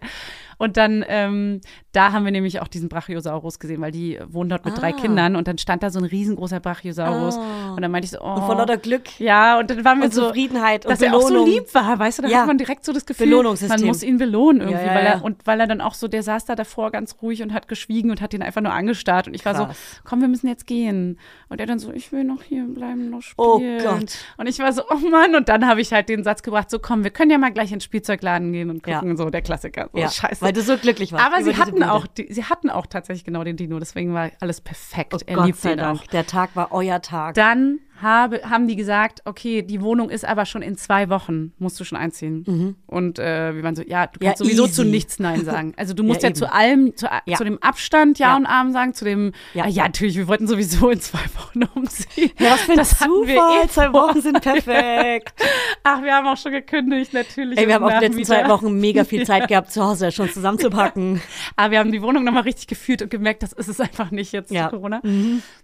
Speaker 2: Und dann, ähm, da haben wir nämlich auch diesen Brachiosaurus gesehen, weil die wohnen dort mit drei
Speaker 1: Ah.
Speaker 2: Kindern und dann stand da so ein riesengroßer Brachiosaurus. Und dann meinte ich so, oh.
Speaker 1: Und vor lauter Glück
Speaker 2: Ja, und dann waren wir
Speaker 1: und
Speaker 2: so,
Speaker 1: Zufriedenheit und
Speaker 2: dass er auch so
Speaker 1: Belohnung.
Speaker 2: lieb war, weißt du, da
Speaker 1: Ja.
Speaker 2: hat man direkt so das Gefühl,
Speaker 1: Belohnungssystem.
Speaker 2: man muss ihn belohnen irgendwie,
Speaker 1: Ja, ja,
Speaker 2: weil
Speaker 1: ja.
Speaker 2: er und weil er dann auch so, der saß da davor ganz ruhig und hat geschwiegen und hat ihn einfach nur angestarrt und ich war so,
Speaker 1: Krass.
Speaker 2: komm, wir müssen jetzt gehen und er dann so, ich will noch hier bleiben, noch
Speaker 1: Oh
Speaker 2: spielen.
Speaker 1: Gott.
Speaker 2: Und ich war so, oh Mann, und dann habe ich halt den Satz gebracht, so komm, wir können ja mal gleich ins Spielzeugladen gehen und
Speaker 1: Ja.
Speaker 2: gucken, so der Klassiker, so
Speaker 1: Ja,
Speaker 2: scheiße.
Speaker 1: Weil du so glücklich warst.
Speaker 2: aber
Speaker 1: über
Speaker 2: sie
Speaker 1: diese
Speaker 2: hatten,
Speaker 1: Bilder.
Speaker 2: auch, die, sie hatten auch tatsächlich genau den Dino, deswegen war alles perfekt.
Speaker 1: Oh
Speaker 2: er
Speaker 1: Gott
Speaker 2: liebt
Speaker 1: sei
Speaker 2: ihn
Speaker 1: Dank.
Speaker 2: auch.
Speaker 1: Der Tag war euer Tag.
Speaker 2: Dann habe, haben die gesagt, okay, die Wohnung ist aber schon in zwei Wochen, musst du schon einziehen. Und äh, wir waren so, ja, du
Speaker 1: Mhm. Ja,
Speaker 2: kannst sowieso
Speaker 1: easy.
Speaker 2: zu
Speaker 1: *laughs*
Speaker 2: nichts Nein sagen. Also du musst ja,
Speaker 1: eben.
Speaker 2: zu allem, zu,
Speaker 1: Ja.
Speaker 2: zu dem Abstand Ja,
Speaker 1: Ja.
Speaker 2: und Abend sagen, zu dem, ja.
Speaker 1: Ja.
Speaker 2: ja, natürlich, wir wollten sowieso in zwei Wochen *laughs* umziehen.
Speaker 1: ja, was für ein
Speaker 2: *laughs* das hatten wir
Speaker 1: Zufall.
Speaker 2: eh
Speaker 1: zwei
Speaker 2: vor.
Speaker 1: Wochen sind perfekt.
Speaker 2: *laughs* Ach, wir haben auch schon gekündigt, natürlich.
Speaker 1: Ey, wir haben
Speaker 2: im
Speaker 1: auch die letzten zwei
Speaker 2: Nachmieter.
Speaker 1: Wochen mega viel
Speaker 2: *laughs*
Speaker 1: Zeit gehabt, zu Hause schon zusammenzupacken.
Speaker 2: Aber wir haben die Wohnung nochmal richtig gefühlt und gemerkt, das ist es einfach nicht jetzt
Speaker 1: Ja. Mhm.
Speaker 2: zu Corona.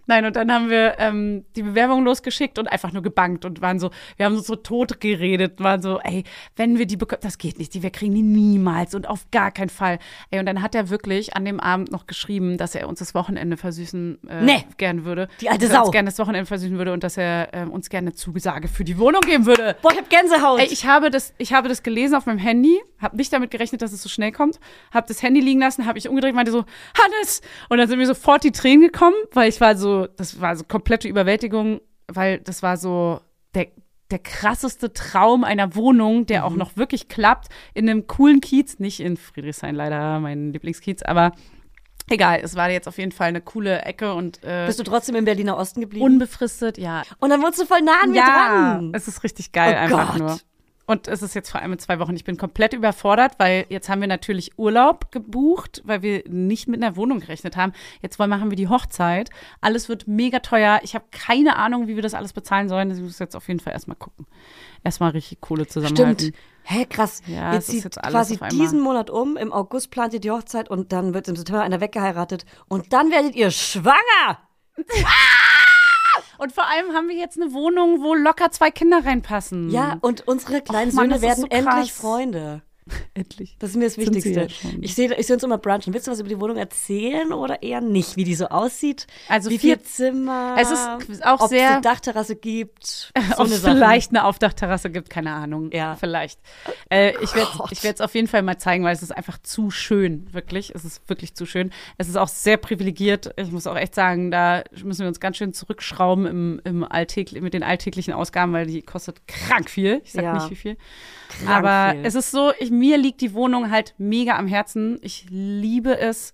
Speaker 2: Nein, und dann haben wir ähm, die Bewerbung losgeschickt geschickt und einfach nur gebankt und waren so, wir haben uns so tot geredet, waren so, ey, wenn wir die bekommen, das geht nicht, die, wir kriegen die niemals und auf gar keinen Fall. Ey, und dann hat er wirklich an dem Abend noch geschrieben, dass er uns das Wochenende versüßen äh,
Speaker 1: Nee.
Speaker 2: gern würde.
Speaker 1: Die alte
Speaker 2: dass er uns
Speaker 1: Sau.
Speaker 2: gerne das Wochenende versüßen würde und dass er ähm, uns gerne Zusage für die Wohnung geben würde.
Speaker 1: Boah, ich hab Gänsehaut.
Speaker 2: Ey, ich habe das, ich habe das gelesen auf meinem Handy, habe nicht damit gerechnet, dass es so schnell kommt, habe das Handy liegen lassen, habe ich umgedreht, meinte so Hannes und dann sind mir sofort die Tränen gekommen, weil ich war so, das war so komplette Überwältigung, weil das war so der der krasseste Traum einer Wohnung, der auch noch wirklich klappt in einem coolen Kiez, nicht in Friedrichshain leider, mein Lieblingskiez, aber egal, es war jetzt auf jeden Fall eine coole Ecke und äh,
Speaker 1: Bist du trotzdem im Berliner Osten geblieben?
Speaker 2: unbefristet, ja,
Speaker 1: und dann wurdest du voll nah an mir dran.
Speaker 2: es ist richtig geil
Speaker 1: Oh
Speaker 2: einfach
Speaker 1: Gott.
Speaker 2: nur. Und es ist jetzt vor allem in zwei Wochen. Ich bin komplett überfordert, weil jetzt haben wir natürlich Urlaub gebucht, weil wir nicht mit einer Wohnung gerechnet haben. Jetzt wollen, machen wir die Hochzeit. Alles wird mega teuer. Ich habe keine Ahnung, wie wir das alles bezahlen sollen. Ich muss jetzt auf jeden Fall erstmal gucken. Erstmal richtig Kohle zusammenhalten.
Speaker 1: Stimmt. Hä, krass.
Speaker 2: Ja,
Speaker 1: jetzt
Speaker 2: es ist
Speaker 1: zieht
Speaker 2: jetzt alles
Speaker 1: quasi
Speaker 2: auf einmal.
Speaker 1: diesen Monat um. Im August plant ihr die Hochzeit und dann wird im September einer weggeheiratet. Und dann werdet ihr schwanger.
Speaker 2: Und vor allem haben wir jetzt eine Wohnung, wo locker zwei Kinder reinpassen.
Speaker 1: Ja, und unsere kleinen
Speaker 2: Mhm. Och Mann,
Speaker 1: Söhne
Speaker 2: das ist
Speaker 1: werden
Speaker 2: so krass.
Speaker 1: endlich Freunde.
Speaker 2: endlich.
Speaker 1: Das ist mir das
Speaker 2: Sind sie
Speaker 1: Wichtigste.
Speaker 2: jetzt schon.
Speaker 1: Ich sehe ich seh uns immer brunchen. Willst du was über die Wohnung erzählen oder eher nicht? Wie die so aussieht?
Speaker 2: Also
Speaker 1: Wie viel
Speaker 2: vier-
Speaker 1: Zimmer?
Speaker 2: Es ist auch
Speaker 1: ob es
Speaker 2: sehr-
Speaker 1: eine Dachterrasse
Speaker 2: *laughs*
Speaker 1: gibt? So
Speaker 2: Ob
Speaker 1: eine
Speaker 2: es
Speaker 1: Sache.
Speaker 2: vielleicht eine Aufdachterrasse gibt, keine Ahnung.
Speaker 1: Ja. Oh
Speaker 2: Vielleicht. Äh, ich
Speaker 1: Gott.
Speaker 2: werde es auf jeden Fall mal zeigen, weil es ist einfach zu schön, wirklich. Es ist wirklich zu schön. Es ist auch sehr privilegiert. Ich muss auch echt sagen, da müssen wir uns ganz schön zurückschrauben im, im alltäglich, mit den alltäglichen Ausgaben, weil die kostet krank viel. Ich sag
Speaker 1: Ja.
Speaker 2: nicht wie viel.
Speaker 1: Krank
Speaker 2: Aber
Speaker 1: viel.
Speaker 2: es ist so, ich, mir liegt die Wohnung halt mega am Herzen. Ich liebe es,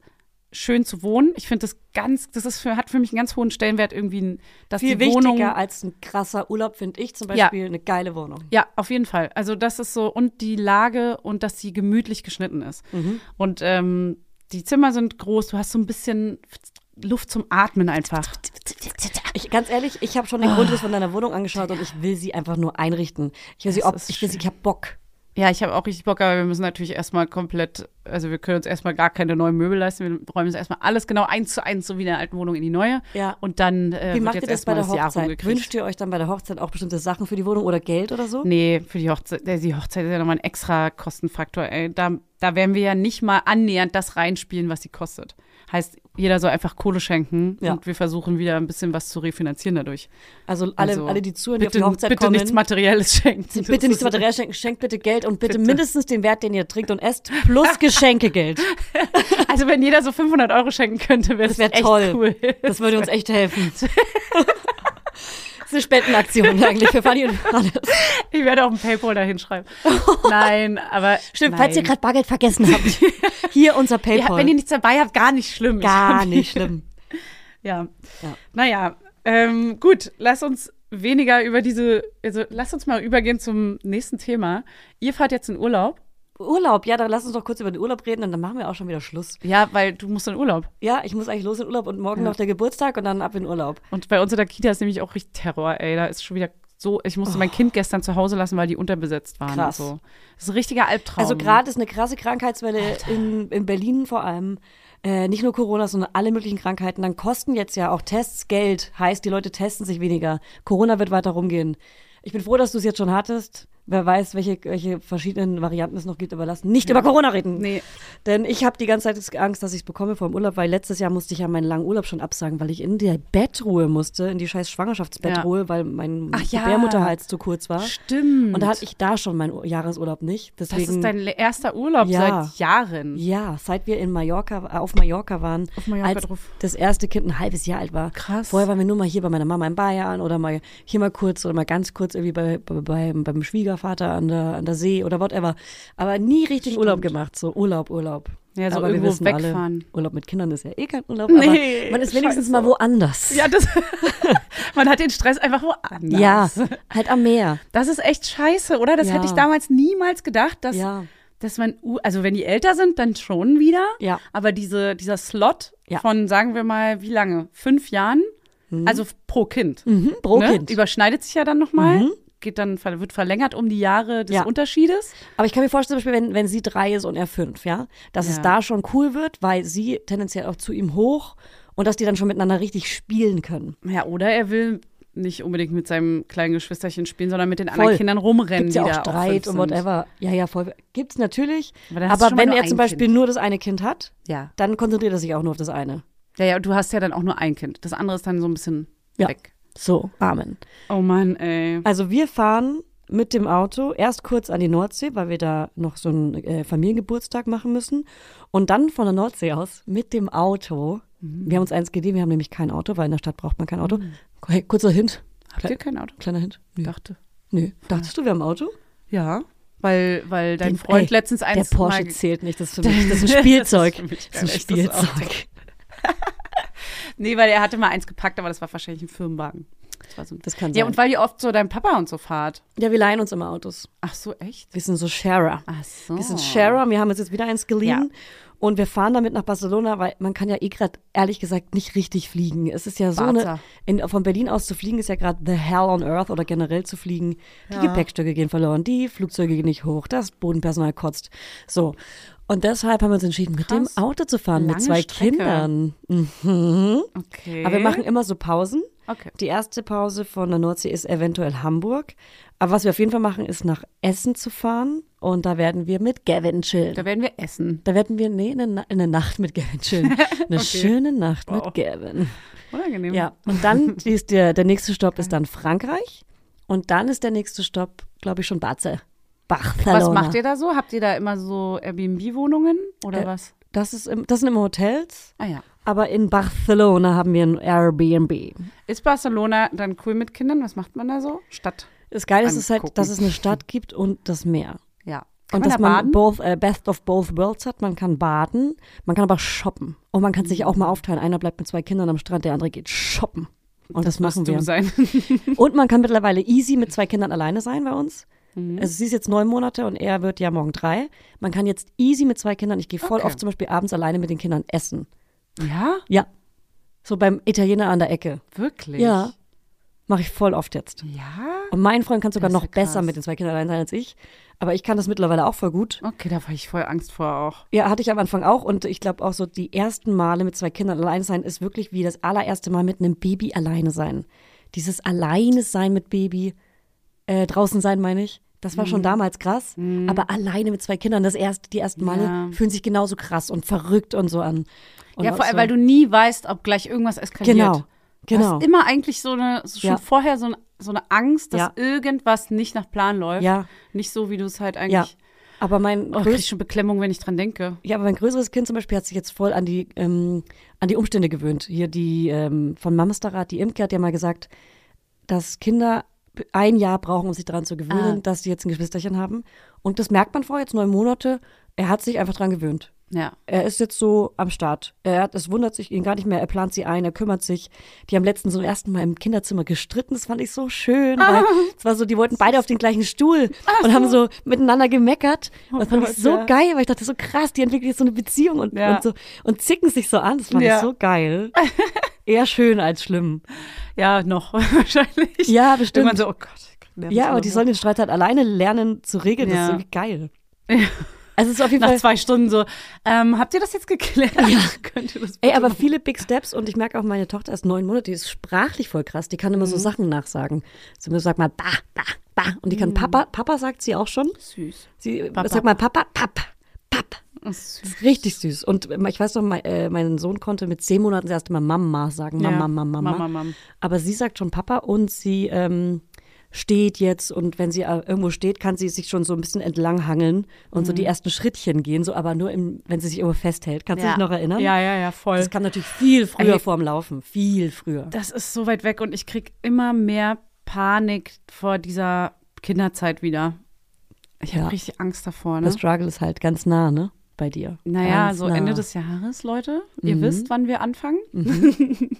Speaker 2: schön zu wohnen. Ich finde das ganz, das ist für, hat für mich einen ganz hohen Stellenwert irgendwie, ein- dass
Speaker 1: Viel
Speaker 2: die Wohnung
Speaker 1: wichtiger als ein krasser Urlaub finde ich zum
Speaker 2: Ja.
Speaker 1: Beispiel eine geile Wohnung.
Speaker 2: ja, auf jeden Fall. Also das ist so und die Lage und dass sie gemütlich geschnitten ist.
Speaker 1: Mhm.
Speaker 2: Und ähm, die Zimmer sind groß. Du hast so ein bisschen Luft zum Atmen einfach.
Speaker 1: Ich, ganz ehrlich, ich habe schon
Speaker 2: Ah.
Speaker 1: den Grundriss von deiner Wohnung angeschaut und ich will sie einfach nur einrichten. Ich will sie,
Speaker 2: Das
Speaker 1: ob,
Speaker 2: ist
Speaker 1: ich will sie,
Speaker 2: schön.
Speaker 1: ich habe Bock.
Speaker 2: Ja, ich habe auch richtig Bock, aber wir müssen natürlich erstmal komplett, also wir können uns erstmal gar keine neuen Möbel leisten. Wir räumen es erstmal alles genau eins zu eins so wie in der alten Wohnung in die neue.
Speaker 1: Ja.
Speaker 2: Und dann äh,
Speaker 1: Wie
Speaker 2: wird
Speaker 1: macht
Speaker 2: jetzt
Speaker 1: ihr das bei
Speaker 2: erstmal
Speaker 1: der
Speaker 2: das Jahr
Speaker 1: Hochzeit?
Speaker 2: rumgekriegt.
Speaker 1: Wünscht ihr euch dann bei der Hochzeit auch bestimmte Sachen für die Wohnung oder Geld oder so?
Speaker 2: Nee, für die Hochzeit, äh, die Hochzeit ist ja nochmal ein extra Kostenfaktor. Ey. Da, da werden wir ja nicht mal annähernd das reinspielen, was sie kostet. Heißt, jeder soll einfach Kohle schenken
Speaker 1: Ja.
Speaker 2: und wir versuchen wieder ein bisschen was zu refinanzieren dadurch.
Speaker 1: Also alle,
Speaker 2: Also,
Speaker 1: alle die zuhören, die auf
Speaker 2: Bitte,
Speaker 1: die Hochzeit
Speaker 2: bitte
Speaker 1: kommen.
Speaker 2: nichts Materielles schenken.
Speaker 1: *laughs*
Speaker 2: Das
Speaker 1: Bitte nichts
Speaker 2: ist-
Speaker 1: materiell schenken, schenkt bitte Geld und bitte,
Speaker 2: Bitte.
Speaker 1: mindestens den Wert, den ihr trinkt und esst, *laughs* plus Geschenkegeld.
Speaker 2: Also wenn jeder so 500 Euro schenken könnte, wäre
Speaker 1: Das
Speaker 2: das,
Speaker 1: wäre
Speaker 2: echt
Speaker 1: toll.
Speaker 2: cool. *laughs*
Speaker 1: Das würde uns echt *laughs* helfen. Das ist eine Spendenaktion eigentlich für Fanny und Hannes.
Speaker 2: Ich werde auch ein Paypal da hinschreiben. Nein, aber
Speaker 1: *laughs* Stimmt,
Speaker 2: nein.
Speaker 1: falls ihr gerade Bargeld vergessen habt, *laughs* hier unser
Speaker 2: Ihr habt-
Speaker 1: Paypal.
Speaker 2: wenn ihr nichts dabei habt, gar nicht schlimm. Ich
Speaker 1: Gar
Speaker 2: hab-
Speaker 1: nicht schlimm.
Speaker 2: Ja.
Speaker 1: Ja.
Speaker 2: Naja, ähm, gut, lass uns weniger über diese, also lass uns mal übergehen zum nächsten Thema. Ihr fahrt jetzt in Urlaub.
Speaker 1: Urlaub, ja, dann lass uns doch kurz über den Urlaub reden und dann machen wir auch schon wieder Schluss.
Speaker 2: Ja, weil du musst in Urlaub.
Speaker 1: Ja, ich muss eigentlich los in Urlaub und morgen noch der Geburtstag und dann ab in Urlaub.
Speaker 2: Und bei uns in der Kita ist nämlich auch richtig Terror, ey. Da ist schon wieder so, ich musste mein Kind gestern zu Hause lassen, weil die unterbesetzt waren.
Speaker 1: Oh. Krass.
Speaker 2: Und so. Das ist ein richtiger Albtraum.
Speaker 1: Also gerade ist eine krasse Krankheitswelle in, in Berlin vor allem. Äh, nicht nur Corona, sondern alle möglichen Krankheiten. Dann kosten jetzt ja auch Tests Geld. Heißt, die Leute testen sich weniger. Corona wird weiter rumgehen. Ich bin froh, dass du es jetzt schon hattest. Wer weiß, welche, welche verschiedenen Varianten es noch gibt, aber lass nicht über Corona reden.
Speaker 2: Nee.
Speaker 1: Denn ich habe die ganze Zeit Angst, dass ich es bekomme vor dem Urlaub, weil letztes Jahr musste ich ja meinen langen Urlaub schon absagen, weil ich in der Bettruhe musste, in die scheiß Schwangerschaftsbettruhe, weil mein
Speaker 2: Ach ja.
Speaker 1: Gebärmutterhals zu kurz war.
Speaker 2: Stimmt.
Speaker 1: ne? Und da hatte ich da schon meinen Ur- Jahresurlaub nicht.
Speaker 2: das
Speaker 1: Deswegen,
Speaker 2: ist dein le- erster Urlaub
Speaker 1: Ja.
Speaker 2: seit Jahren.
Speaker 1: ja, seit wir in Mallorca, äh, auf Mallorca waren,
Speaker 2: Auf Mallorca
Speaker 1: als
Speaker 2: drauf.
Speaker 1: das erste Kind ein halbes Jahr alt war.
Speaker 2: Krass.
Speaker 1: Vorher waren wir nur mal hier bei meiner Mama in Bayern oder mal hier mal kurz oder mal ganz kurz irgendwie bei, bei, beim- beim Schwiegervater an der, an der See oder whatever. Aber nie richtig Urlaub gemacht, so Urlaub, Urlaub.
Speaker 2: Ja, so
Speaker 1: aber wir
Speaker 2: irgendwo
Speaker 1: wissen
Speaker 2: wegfahren.
Speaker 1: Alle, Urlaub mit Kindern ist ja eh kein Urlaub,
Speaker 2: Nee,
Speaker 1: aber man ist wenigstens
Speaker 2: scheiße.
Speaker 1: mal woanders.
Speaker 2: Ja, das, *laughs* man hat den Stress einfach woanders.
Speaker 1: ja, halt am Meer.
Speaker 2: Das ist echt scheiße, oder? Das
Speaker 1: Ja.
Speaker 2: hätte ich damals niemals gedacht, dass,
Speaker 1: Ja.
Speaker 2: dass man, u- also wenn die älter sind, dann schon wieder.
Speaker 1: Ja.
Speaker 2: Aber diese, dieser Slot
Speaker 1: Ja.
Speaker 2: von, sagen wir mal, wie lange? Fünf Jahren? Also f- pro Kind.
Speaker 1: Mhm, pro
Speaker 2: Ne?
Speaker 1: Kind. Mhm.
Speaker 2: Überschneidet sich ja dann nochmal. Geht dann, ver- wird verlängert um die Jahre des
Speaker 1: Ja.
Speaker 2: Unterschiedes.
Speaker 1: Aber ich kann mir vorstellen, zum Beispiel, wenn, wenn sie drei ist und er fünf, ja, dass es
Speaker 2: Ja.
Speaker 1: da schon cool wird, weil sie tendenziell auch zu ihm hoch und dass die dann schon miteinander richtig spielen können.
Speaker 2: Ja, oder er will nicht unbedingt mit seinem kleinen Geschwisterchen spielen, sondern mit den anderen
Speaker 1: Voll.
Speaker 2: Kindern rumrennen,
Speaker 1: Gibt's ja
Speaker 2: die
Speaker 1: auch
Speaker 2: da auch fünf
Speaker 1: Streit und
Speaker 2: sind.
Speaker 1: whatever. Ja, ja, voll. Gibt's natürlich.
Speaker 2: Aber
Speaker 1: Aber,
Speaker 2: dann hast du schon mal
Speaker 1: wenn
Speaker 2: nur
Speaker 1: er zum
Speaker 2: ein
Speaker 1: Beispiel
Speaker 2: Kind.
Speaker 1: nur das eine Kind hat,
Speaker 2: Ja.
Speaker 1: dann konzentriert er sich auch nur auf das eine.
Speaker 2: Ja, ja, und du hast ja dann auch nur ein Kind. Das andere ist dann so ein bisschen
Speaker 1: Ja.
Speaker 2: weg.
Speaker 1: So, Amen.
Speaker 2: Oh Mann, ey.
Speaker 1: Also wir fahren mit dem Auto erst kurz an die Nordsee, weil wir da noch so einen äh, Familiengeburtstag machen müssen. Und dann von der Nordsee aus mit dem Auto.
Speaker 2: Mhm.
Speaker 1: Wir haben uns eins gegeben, wir haben nämlich kein Auto, weil in der Stadt braucht man kein Auto. Hey, kurzer Hint.
Speaker 2: Habt ihr kein Auto?
Speaker 1: Kleiner Hint.
Speaker 2: Ich
Speaker 1: Nö.
Speaker 2: dachte.
Speaker 1: Nö. Dachtest du, wir haben ein Auto?
Speaker 2: Ja. Weil, weil dein
Speaker 1: Den- ey,
Speaker 2: Freund letztens
Speaker 1: Der
Speaker 2: eins
Speaker 1: Porsche
Speaker 2: mal
Speaker 1: zählt nicht, das ist
Speaker 2: *laughs*
Speaker 1: für mich das ist
Speaker 2: Das ist
Speaker 1: ein Spielzeug.
Speaker 2: für mich
Speaker 1: Das ist ein
Speaker 2: kein echtes Auto.
Speaker 1: Spielzeug.
Speaker 2: Nee, weil er hatte mal eins gepackt, aber das war wahrscheinlich ein Firmenwagen. Das, war so ein
Speaker 1: Das kann
Speaker 2: Ja,
Speaker 1: sein.
Speaker 2: und weil ihr oft so dein Papa und so fahrt.
Speaker 1: Ja, wir leihen uns immer Autos.
Speaker 2: Ach so, echt?
Speaker 1: Wir sind so Sharer.
Speaker 2: Ach so.
Speaker 1: Wir sind Sharer, wir haben uns jetzt wieder eins geliehen. Und wir fahren damit nach Barcelona, weil man kann ja eh gerade, ehrlich gesagt, nicht richtig fliegen. Es ist ja so eine,
Speaker 2: Barca.
Speaker 1: in, von Berlin aus zu fliegen ist ja gerade the hell on earth oder generell zu fliegen. Die Gepäckstücke gehen verloren, die Flugzeuge gehen nicht hoch, das Bodenpersonal kotzt. So. Und deshalb haben wir uns entschieden, mit dem
Speaker 2: Krass.
Speaker 1: Auto zu fahren,
Speaker 2: Lange
Speaker 1: mit zwei
Speaker 2: Strecke. Mhm.
Speaker 1: Kindern.
Speaker 2: Okay.
Speaker 1: Aber wir machen immer so Pausen.
Speaker 2: Okay.
Speaker 1: Die erste Pause von der Nordsee ist eventuell Hamburg. Aber was wir auf jeden Fall machen, ist nach Essen zu fahren. Und da werden wir mit Gavin chillen.
Speaker 2: Da werden wir essen.
Speaker 1: Da werden wir, nee, eine, Na- eine Nacht mit Gavin
Speaker 2: *laughs*
Speaker 1: chillen. Eine schöne Nacht mit Gavin.
Speaker 2: Unangenehm.
Speaker 1: Ja, und
Speaker 2: *laughs*
Speaker 1: dann ist der, der nächste Stopp ist dann Frankreich. Und dann ist der nächste Stopp, glaube ich, schon Barze.
Speaker 2: Was
Speaker 1: Barcelona.
Speaker 2: macht ihr da so? Habt ihr da immer so Airbnb-Wohnungen oder
Speaker 1: Äh,
Speaker 2: was?
Speaker 1: Das, ist im, das sind immer Hotels,
Speaker 2: Ah ja.
Speaker 1: aber in Barcelona haben wir ein Airbnb.
Speaker 2: Ist Barcelona dann cool mit Kindern? Was macht man da so? Stadt.
Speaker 1: Das Geile ist, es
Speaker 2: Angucken.
Speaker 1: halt, dass es eine Stadt gibt und das Meer.
Speaker 2: Ja. Kann
Speaker 1: Und
Speaker 2: man
Speaker 1: dass
Speaker 2: da
Speaker 1: man
Speaker 2: baden?
Speaker 1: both, äh, best of both worlds hat. Man kann baden, man kann aber shoppen. Und man kann
Speaker 2: Mhm.
Speaker 1: sich auch mal aufteilen. Einer bleibt mit zwei Kindern am Strand, der andere geht shoppen. Und das, machen
Speaker 2: Musst du
Speaker 1: wir.
Speaker 2: sein. *laughs*
Speaker 1: Und man kann mittlerweile easy mit zwei Kindern alleine sein bei uns.
Speaker 2: Mhm.
Speaker 1: Also sie ist jetzt neun Monate und er wird ja morgen drei. Man kann jetzt easy mit zwei Kindern, ich gehe voll
Speaker 2: Okay.
Speaker 1: oft zum Beispiel abends alleine mit den Kindern essen.
Speaker 2: ja,
Speaker 1: Ja. So beim Italiener an der Ecke.
Speaker 2: wirklich.
Speaker 1: Ja. Mache ich voll oft jetzt.
Speaker 2: Ja.
Speaker 1: Und mein Freund kann sogar
Speaker 2: Das ist
Speaker 1: noch
Speaker 2: ja krass.
Speaker 1: besser mit den zwei Kindern allein sein als ich. Aber ich kann das mittlerweile auch voll gut.
Speaker 2: Okay, da war ich voll Angst vor auch.
Speaker 1: Ja, hatte ich am Anfang auch. Und ich glaube auch so, die ersten Male mit zwei Kindern alleine sein ist wirklich wie das allererste Mal mit einem Baby alleine sein. Dieses Alleine sein mit Baby, äh, draußen sein meine ich. Das war schon
Speaker 2: Mhm.
Speaker 1: damals krass. Aber alleine mit zwei Kindern, das erst, die ersten Male
Speaker 2: Ja.
Speaker 1: fühlen sich genauso krass und verrückt und so an. Und
Speaker 2: Ja, vor
Speaker 1: auch
Speaker 2: allem,
Speaker 1: so.
Speaker 2: weil du nie weißt, ob gleich irgendwas eskaliert.
Speaker 1: Genau,
Speaker 2: Du
Speaker 1: genau.
Speaker 2: hast immer eigentlich so eine, so schon
Speaker 1: Ja.
Speaker 2: vorher so, ein, so eine Angst, dass
Speaker 1: Ja.
Speaker 2: irgendwas nicht nach Plan läuft.
Speaker 1: Ja.
Speaker 2: Nicht so, wie du es halt
Speaker 1: Ja.
Speaker 2: eigentlich.
Speaker 1: Aber mein,
Speaker 2: Oh, krieg
Speaker 1: größ-
Speaker 2: ich schon Beklemmung, wenn ich dran denke.
Speaker 1: Ja, aber mein größeres Kind zum Beispiel hat sich jetzt voll an die, ähm, an die Umstände gewöhnt. Hier die ähm, von Mamsterrad, die Imke hat ja mal gesagt, dass Kinder ein Jahr brauchen, um sich daran zu gewöhnen,
Speaker 2: Ah.
Speaker 1: dass sie jetzt ein Geschwisterchen haben. Und das merkt man vor jetzt neun Monate. Er hat sich einfach daran gewöhnt.
Speaker 2: Ja.
Speaker 1: Er ist jetzt so am Start. Er hat, es wundert sich ihn gar nicht mehr. Er plant sie ein, er kümmert sich. Die haben letztens zum ersten Mal im Kinderzimmer gestritten. Das fand ich so schön.
Speaker 2: Ah.
Speaker 1: Weil es war so, die wollten beide auf den gleichen Stuhl und haben so miteinander gemeckert. Und das fand ich
Speaker 2: Oh Gott,
Speaker 1: so
Speaker 2: ja.
Speaker 1: geil, weil ich dachte, so krass, die entwickeln jetzt so eine Beziehung und,
Speaker 2: Ja.
Speaker 1: und so und zicken sich so an. Das fand
Speaker 2: Ja.
Speaker 1: ich so geil. Eher schön als schlimm.
Speaker 2: Ja, noch *laughs* wahrscheinlich.
Speaker 1: Ja, bestimmt.
Speaker 2: Irgendwann so, oh Gott. ich krieg Nerven
Speaker 1: Ja, aber die
Speaker 2: zusammen.
Speaker 1: sollen den Streit halt alleine lernen zu regeln. Das
Speaker 2: Ja.
Speaker 1: ist irgendwie geil. Also es ist auf jeden
Speaker 2: Nach
Speaker 1: Fall.
Speaker 2: zwei Stunden so, ähm, habt ihr das jetzt geklärt? Ja. *laughs* Könnt ihr das
Speaker 1: Ey,
Speaker 2: bitte
Speaker 1: aber
Speaker 2: machen?
Speaker 1: viele Big Steps und ich merke auch, meine Tochter ist neun Monate, die ist sprachlich voll krass. Die kann immer
Speaker 2: Mhm.
Speaker 1: so Sachen nachsagen. Sie immer sagt mal ba, ba, ba. Und die kann Papa, Papa sagt sie auch schon.
Speaker 2: Süß.
Speaker 1: Sie
Speaker 2: Mhm. Papa.
Speaker 1: sagt mal Papa, Pap, Pap.
Speaker 2: Ach, süß.
Speaker 1: Das ist richtig süß. Und ich weiß noch, mein, äh, mein Sohn konnte mit zehn Monaten das erste Mal Mama sagen. Mama,
Speaker 2: Ja.
Speaker 1: Mama, Mama.
Speaker 2: Mama, Mama.
Speaker 1: Aber sie sagt schon Papa und sie ähm, steht jetzt und wenn sie äh, irgendwo steht, kann sie sich schon so ein bisschen entlanghangeln und so
Speaker 2: Mhm.
Speaker 1: die ersten Schrittchen gehen. So, aber nur, im, wenn sie sich irgendwo festhält. Kannst du dich noch erinnern?
Speaker 2: Ja, ja, ja, voll.
Speaker 1: Das kam natürlich viel früher
Speaker 2: Ey.
Speaker 1: vorm Laufen. Viel früher.
Speaker 2: Das ist so weit weg und ich krieg immer mehr Panik vor dieser Kinderzeit wieder. Ich habe
Speaker 1: Ja.
Speaker 2: richtig Angst davor. Ne?
Speaker 1: Das Struggle ist halt ganz nah, ne? Bei dir.
Speaker 2: Naja,
Speaker 1: ganz
Speaker 2: so
Speaker 1: nah.
Speaker 2: Ende des Jahres, Leute. Ihr wisst, wann wir anfangen. *laughs*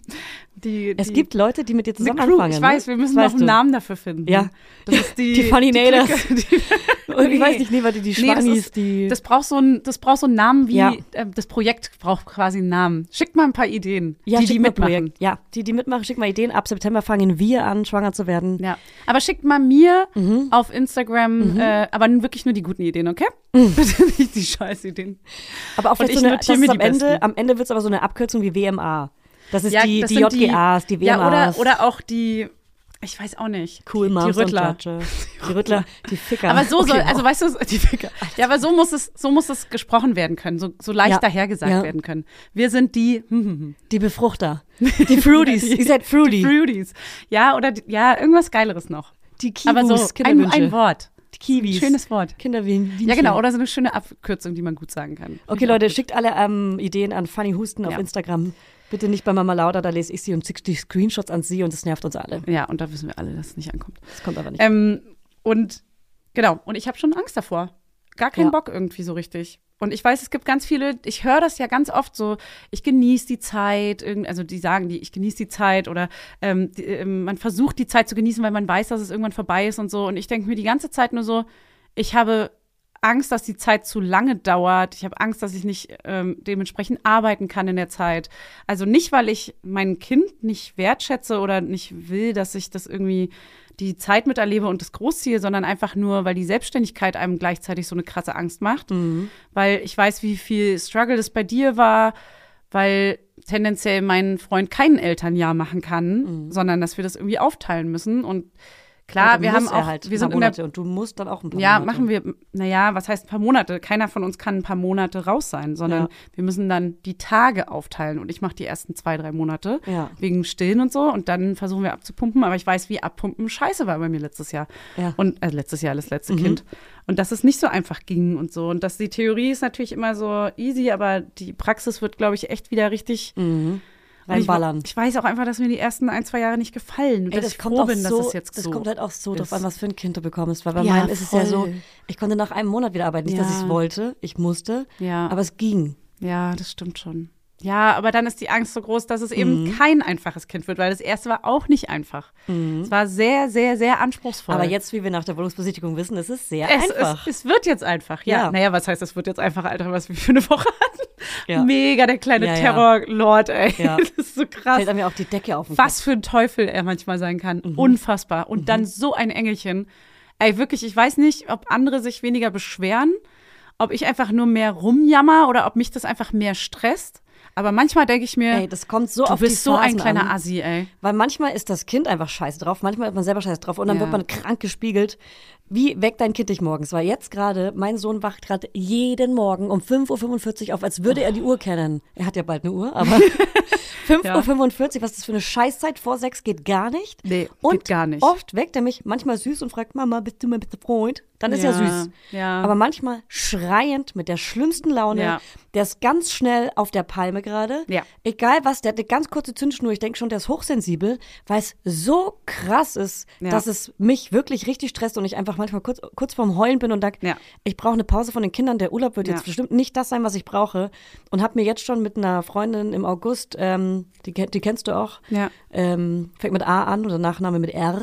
Speaker 2: die,
Speaker 1: Es
Speaker 2: die-
Speaker 1: gibt Leute, Mhm. die mit dir
Speaker 2: eine
Speaker 1: zusammenfangen.
Speaker 2: Crew. Ich weiß,
Speaker 1: ne?
Speaker 2: wir
Speaker 1: Das
Speaker 2: müssen noch
Speaker 1: weißt
Speaker 2: einen
Speaker 1: du.
Speaker 2: Namen dafür finden.
Speaker 1: Ja. *laughs*
Speaker 2: Das ist die,
Speaker 1: Die Funny-Naders.
Speaker 2: Die *laughs* Clique, die-
Speaker 1: Und ich weiß nicht, nee, warte, die
Speaker 2: das,
Speaker 1: Schwangis,
Speaker 2: ist,
Speaker 1: die-
Speaker 2: das braucht so einen, das braucht so einen Namen wie,
Speaker 1: Ja.
Speaker 2: ähm, das Projekt braucht quasi einen Namen. Schickt mal ein paar Ideen,
Speaker 1: Ja,
Speaker 2: die,
Speaker 1: schick
Speaker 2: die
Speaker 1: mal
Speaker 2: mitmachen.
Speaker 1: Projekt. Ja, die, die mitmachen, schick mal Ideen. Ab September fangen wir an, schwanger zu werden.
Speaker 2: Ja, aber schickt mal mir
Speaker 1: Mhm.
Speaker 2: auf Instagram, äh, aber nun wirklich nur die guten Ideen, okay?
Speaker 1: Mhm.
Speaker 2: *laughs* Bitte nicht die Scheißideen.
Speaker 1: Aber auch
Speaker 2: Und
Speaker 1: vielleicht
Speaker 2: ich
Speaker 1: so eine, das
Speaker 2: notiere
Speaker 1: ist
Speaker 2: mir
Speaker 1: am
Speaker 2: die
Speaker 1: Ende,
Speaker 2: besten.
Speaker 1: am Ende wird es aber so eine Abkürzung wie WMA. Das ist die,
Speaker 2: das
Speaker 1: die
Speaker 2: sind
Speaker 1: JGAs, die WMAs.
Speaker 2: Ja, oder, oder auch die, Ich weiß auch nicht.
Speaker 1: Cool Moms und
Speaker 2: Rüttler.
Speaker 1: Judges. Die Rüttler,
Speaker 2: *laughs*
Speaker 1: die Ficker.
Speaker 2: Aber so
Speaker 1: Okay,
Speaker 2: soll,
Speaker 1: wow.
Speaker 2: also weißt du, die
Speaker 1: *laughs*
Speaker 2: Ficker. Ja, aber so muss es, so muss es gesprochen werden können, so, so leicht
Speaker 1: Ja.
Speaker 2: dahergesagt
Speaker 1: Ja.
Speaker 2: werden können. Wir sind die, hm, hm, hm,
Speaker 1: Die Befruchter. Die Fruities.
Speaker 2: *laughs* Die-
Speaker 1: Ihr seid Fruity.
Speaker 2: die Fruities. Ja, oder die, ja, irgendwas Geileres noch.
Speaker 1: die Kiwis.
Speaker 2: aber so ein,
Speaker 1: Kinderwünsche.
Speaker 2: ein Wort.
Speaker 1: Die Kiwis.
Speaker 2: Schönes Wort.
Speaker 1: Kinder wie ein
Speaker 2: Ja, genau.
Speaker 1: Oder
Speaker 2: Oder so eine schöne Abkürzung, die man gut sagen kann.
Speaker 1: okay, Leute, schickt alle ähm, Ideen an Funny Husten auf
Speaker 2: Ja.
Speaker 1: Instagram. Bitte nicht bei Mama Lauda, da lese ich sie und schicke die Screenshots an sie und das nervt uns alle.
Speaker 2: Ja, und da wissen wir alle, dass es nicht ankommt.
Speaker 1: Das kommt aber nicht.
Speaker 2: Ähm, und genau, und ich habe schon Angst davor. Gar keinen
Speaker 1: Ja.
Speaker 2: Bock irgendwie so richtig. Und ich weiß, es gibt ganz viele, ich höre das ja ganz oft so, ich genieße die Zeit, irgend, also die sagen, die, ich genieße die Zeit oder ähm, die, ähm, man versucht die Zeit zu genießen, weil man weiß, dass es irgendwann vorbei ist und so. Und ich denke mir die ganze Zeit nur so, ich habe Angst, dass die Zeit zu lange dauert. Ich habe Angst, dass ich nicht ähm, dementsprechend arbeiten kann in der Zeit. Also nicht, weil ich mein Kind nicht wertschätze oder nicht will, dass ich das irgendwie die Zeit miterlebe und das großziehe, sondern einfach nur, weil die Selbstständigkeit einem gleichzeitig so eine krasse Angst macht.
Speaker 1: Mhm.
Speaker 2: Weil ich weiß, wie viel Struggle das bei dir war, weil tendenziell mein Freund kein Elternjahr machen kann, sondern dass wir das irgendwie aufteilen müssen. Und klar,
Speaker 1: Mhm. Dann
Speaker 2: wir
Speaker 1: muss
Speaker 2: haben
Speaker 1: er
Speaker 2: auch,
Speaker 1: halt
Speaker 2: wir
Speaker 1: ein
Speaker 2: sind
Speaker 1: paar
Speaker 2: in der
Speaker 1: Monate und du musst dann auch ein paar
Speaker 2: ja,
Speaker 1: Monate.
Speaker 2: machen wir, naja, was heißt ein paar Monate? Keiner von uns kann ein paar Monate raus sein, sondern
Speaker 1: Ja.
Speaker 2: wir müssen dann die Tage aufteilen und ich mache die ersten zwei, drei Monate
Speaker 1: Ja.
Speaker 2: wegen Stillen und so und dann versuchen wir abzupumpen, aber ich weiß, wie abpumpen scheiße war bei mir letztes Jahr.
Speaker 1: Ja. Mhm.
Speaker 2: Und äh, letztes Jahr, das letzte Kind. Und dass es nicht so einfach ging und so. Und dass die Theorie ist natürlich immer so easy, aber die Praxis wird, glaube ich, echt wieder richtig
Speaker 1: Mhm.
Speaker 2: Und
Speaker 1: Reinballern.
Speaker 2: Ich, ich weiß auch einfach, dass mir die ersten ein, zwei Jahre nicht gefallen. Und
Speaker 1: Ey,
Speaker 2: dass
Speaker 1: das
Speaker 2: ich
Speaker 1: kommt
Speaker 2: froh
Speaker 1: auch
Speaker 2: bin,
Speaker 1: so,
Speaker 2: dass es jetzt
Speaker 1: das
Speaker 2: so
Speaker 1: kommt halt auch so drauf
Speaker 2: ist.
Speaker 1: an, was für ein Kind du bekommst. Weil bei
Speaker 2: Ja,
Speaker 1: meinem ist es ja so,
Speaker 2: voll.
Speaker 1: ich konnte nach einem Monat wieder arbeiten. Nicht, dass
Speaker 2: Ja.
Speaker 1: ich es wollte, ich musste,
Speaker 2: Ja.
Speaker 1: aber es ging.
Speaker 2: Ja, das stimmt schon. Ja, aber dann ist die Angst so groß, dass es eben
Speaker 1: Mhm.
Speaker 2: kein einfaches Kind wird, weil das erste war auch nicht einfach. Es war sehr, sehr, sehr anspruchsvoll.
Speaker 1: Mhm. Aber jetzt, wie wir nach der Wohnungsbesichtigung wissen, ist es sehr
Speaker 2: es,
Speaker 1: einfach.
Speaker 2: Es, es wird jetzt einfach, ja.
Speaker 1: Ja.
Speaker 2: Naja, was heißt, es wird jetzt einfach, Alter, was wir für eine Woche *laughs* hatten?
Speaker 1: Ja.
Speaker 2: Mega der kleine
Speaker 1: Ja, ja.
Speaker 2: Terrorlord, ey.
Speaker 1: Ja.
Speaker 2: *laughs* Das ist so krass.
Speaker 1: Fällt einem ja auch die Decke auf den
Speaker 2: Was für ein Teufel er manchmal sein kann.
Speaker 1: Mhm.
Speaker 2: Unfassbar. Und dann so ein Engelchen. Ey, wirklich, ich weiß nicht, ob andere sich weniger beschweren, ob ich einfach nur mehr rumjammer oder ob mich das einfach mehr stresst. Aber manchmal denke ich mir,
Speaker 1: Ey, das kommt so
Speaker 2: du
Speaker 1: auf die
Speaker 2: bist so ein
Speaker 1: Phasen
Speaker 2: kleiner
Speaker 1: an.
Speaker 2: Assi, ey.
Speaker 1: Weil manchmal ist das Kind einfach scheiße drauf, manchmal ist man selber scheiße drauf und dann
Speaker 2: Ja.
Speaker 1: wird man krank gespiegelt. Wie weckt dein Kind dich morgens? Weil jetzt gerade, mein Sohn wacht gerade jeden Morgen um 5.45 Uhr auf, als würde er die Uhr kennen. Er hat ja bald eine Uhr,
Speaker 2: *laughs*
Speaker 1: aber 5.45 Uhr, was ist das für eine Scheißzeit? Vor sechs geht gar nicht.
Speaker 2: Nee,
Speaker 1: und
Speaker 2: geht gar nicht.
Speaker 1: oft weckt er mich manchmal süß und fragt, Mama, bist du mein bitte Freund? Dann ist
Speaker 2: Ja,
Speaker 1: er süß.
Speaker 2: ja.
Speaker 1: Aber manchmal schreiend mit der schlimmsten Laune.
Speaker 2: Ja.
Speaker 1: Der ist ganz schnell auf der Palme gerade.
Speaker 2: Ja.
Speaker 1: Egal was, der hat eine ganz kurze Zündschnur. Ich denke schon, der ist hochsensibel, weil es so krass ist,
Speaker 2: Ja.
Speaker 1: dass es mich wirklich richtig stresst und ich einfach manchmal kurz, kurz vorm Heulen bin und denke,
Speaker 2: Ja.
Speaker 1: ich brauche eine Pause von den Kindern. Der Urlaub wird
Speaker 2: Ja.
Speaker 1: jetzt bestimmt nicht das sein, was ich brauche. Und habe mir jetzt schon mit einer Freundin im August, ähm, die, ken- die kennst du auch,
Speaker 2: Ja.
Speaker 1: ähm, fängt mit A an oder Nachname mit R.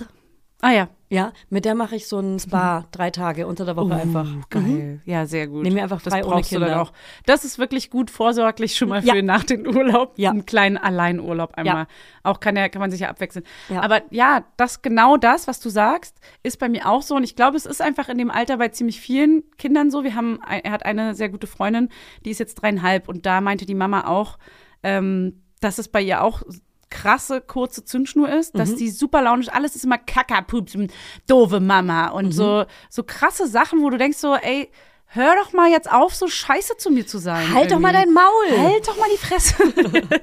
Speaker 2: Ah ja.
Speaker 1: Ja, mit der mache ich so ein Spa drei Tage unter der Woche einfach.
Speaker 2: Oh, Geil. Mhm. Ja, sehr gut.
Speaker 1: Nehmen wir einfach frei
Speaker 2: das
Speaker 1: ohne
Speaker 2: brauchst du dann
Speaker 1: Kinder.
Speaker 2: auch. Das ist wirklich gut vorsorglich schon mal für
Speaker 1: Ja.
Speaker 2: nach den Urlaub.
Speaker 1: Ja.
Speaker 2: Einen kleinen Alleinurlaub einmal.
Speaker 1: Ja.
Speaker 2: Auch kann, ja, kann man sich ja abwechseln.
Speaker 1: Ja.
Speaker 2: Aber ja, das genau das, was du sagst, ist bei mir auch so. Und ich glaube, es ist einfach in dem Alter bei ziemlich vielen Kindern so. Wir haben, ein- er hat eine sehr gute Freundin, die ist jetzt dreieinhalb. Und da meinte die Mama auch, ähm, dass es bei ihr auch krasse kurze Zündschnur ist,
Speaker 1: Mhm.
Speaker 2: dass die super launisch, alles ist immer Kackapups und doofe Mama und
Speaker 1: Mhm.
Speaker 2: so so krasse Sachen, wo du denkst so, ey, hör doch mal jetzt auf, so scheiße zu mir zu sein.
Speaker 1: Halt doch mal
Speaker 2: irgendwie.
Speaker 1: dein Maul!
Speaker 2: Halt doch mal die Fresse.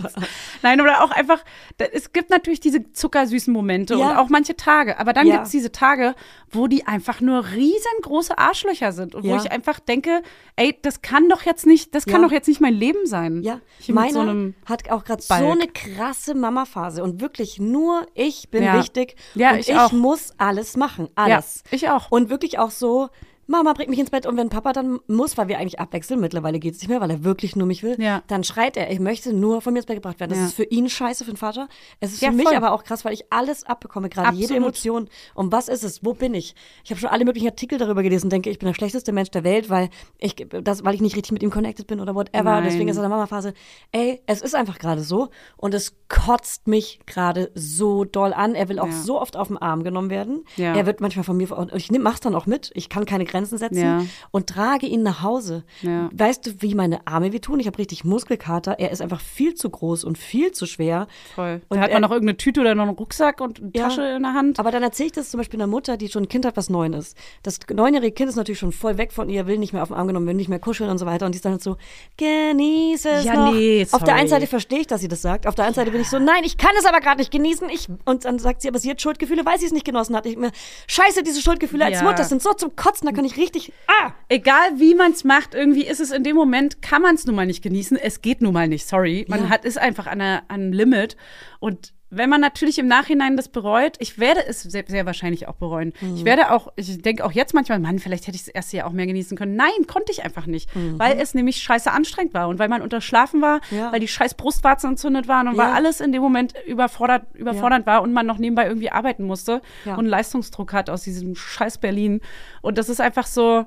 Speaker 2: Nein, oder auch einfach, da, es gibt natürlich diese zuckersüßen Momente
Speaker 1: Ja.
Speaker 2: und auch manche Tage, aber dann
Speaker 1: Ja.
Speaker 2: gibt es diese Tage, wo die einfach nur riesengroße Arschlöcher sind und wo
Speaker 1: Ja.
Speaker 2: ich einfach denke, ey, das kann doch jetzt nicht, das kann
Speaker 1: Ja.
Speaker 2: doch jetzt nicht mein Leben sein. *laughs*
Speaker 1: Ja,
Speaker 2: Hier mit
Speaker 1: meine
Speaker 2: so einem
Speaker 1: hat auch gerade so
Speaker 2: Balk.
Speaker 1: eine krasse Mama-Phase und wirklich nur ich bin
Speaker 2: Ja.
Speaker 1: wichtig
Speaker 2: Ja,
Speaker 1: und
Speaker 2: ich auch.
Speaker 1: muss alles machen, alles.
Speaker 2: Ja, ich auch.
Speaker 1: Und wirklich auch so, Mama bringt mich ins Bett und wenn Papa dann muss, weil wir eigentlich abwechseln, mittlerweile geht es nicht mehr, weil er wirklich nur mich will,
Speaker 2: Ja.
Speaker 1: dann schreit er, ich möchte nur von mir ins Bett gebracht werden. Das
Speaker 2: Ja.
Speaker 1: ist für ihn scheiße, für den Vater. Es ist
Speaker 2: Ja,
Speaker 1: für mich
Speaker 2: voll.
Speaker 1: aber auch krass, weil ich alles abbekomme, gerade jede
Speaker 2: Absolut.
Speaker 1: Emotion. Und was ist es? Wo bin ich? Ich habe schon alle möglichen Artikel darüber gelesen und denke, ich bin der schlechteste Mensch der Welt, weil ich, das, weil ich nicht richtig mit ihm connected bin oder whatever.
Speaker 2: Nein.
Speaker 1: Deswegen ist er in der Mama-Phase. Ey, es ist einfach gerade so und es kotzt mich gerade so doll an. Er will auch
Speaker 2: Ja.
Speaker 1: so oft auf den Arm genommen werden.
Speaker 2: Ja.
Speaker 1: Er wird manchmal von mir, und ich nehm, mach's dann auch mit. Ich kann keine Grenzen setzen
Speaker 2: Ja.
Speaker 1: und trage ihn nach Hause.
Speaker 2: Ja.
Speaker 1: Weißt du, wie meine Arme wehtun? Ich habe richtig Muskelkater. Er ist einfach viel zu groß und viel zu schwer.
Speaker 2: Voll.
Speaker 1: Und
Speaker 2: Da hat man
Speaker 1: er-
Speaker 2: noch irgendeine Tüte oder noch einen Rucksack und eine
Speaker 1: Ja.
Speaker 2: Tasche in der Hand.
Speaker 1: Aber dann erzähle ich das zum Beispiel einer Mutter, die schon ein Kind hat, was neun ist. Das neunjährige Kind ist natürlich schon voll weg von ihr, will nicht mehr auf den Arm genommen, will nicht mehr kuscheln und so weiter. Und die ist dann halt so, genieße es
Speaker 2: Ja,
Speaker 1: noch.
Speaker 2: nee,
Speaker 1: auf der einen
Speaker 2: sorry.
Speaker 1: Seite verstehe ich, dass sie das sagt. Auf der anderen Seite bin ich so, nein, ich kann es aber gerade nicht genießen. Ich, und dann sagt sie, aber sie hat Schuldgefühle, weil sie es nicht genossen hat. Ich mir, scheiße, diese Schuldgefühle als
Speaker 2: Ja.
Speaker 1: Mutter sind so zum Kotzen, da kann ich richtig, ah!
Speaker 2: Egal wie man es macht, irgendwie ist es in dem Moment, kann man es nun mal nicht genießen. Es geht nun mal nicht, sorry. Man hat ist einfach an, einer, an einem Limit. Und wenn man natürlich im Nachhinein das bereut, ich werde es sehr, sehr wahrscheinlich auch bereuen.
Speaker 1: Mhm.
Speaker 2: Ich werde auch, ich denke auch jetzt manchmal, Mann, vielleicht hätte ich das erste Jahr auch mehr genießen können. Nein, konnte ich einfach nicht, weil es nämlich scheiße anstrengend war und weil man unterschlafen war,
Speaker 1: Mhm. Ja.
Speaker 2: weil die scheiß Brustwarzen entzündet waren und
Speaker 1: Ja.
Speaker 2: weil alles in dem Moment überfordert, überfordernd war und man noch nebenbei irgendwie arbeiten musste
Speaker 1: Ja.
Speaker 2: und Leistungsdruck hat aus diesem scheiß Berlin. Und das ist einfach so,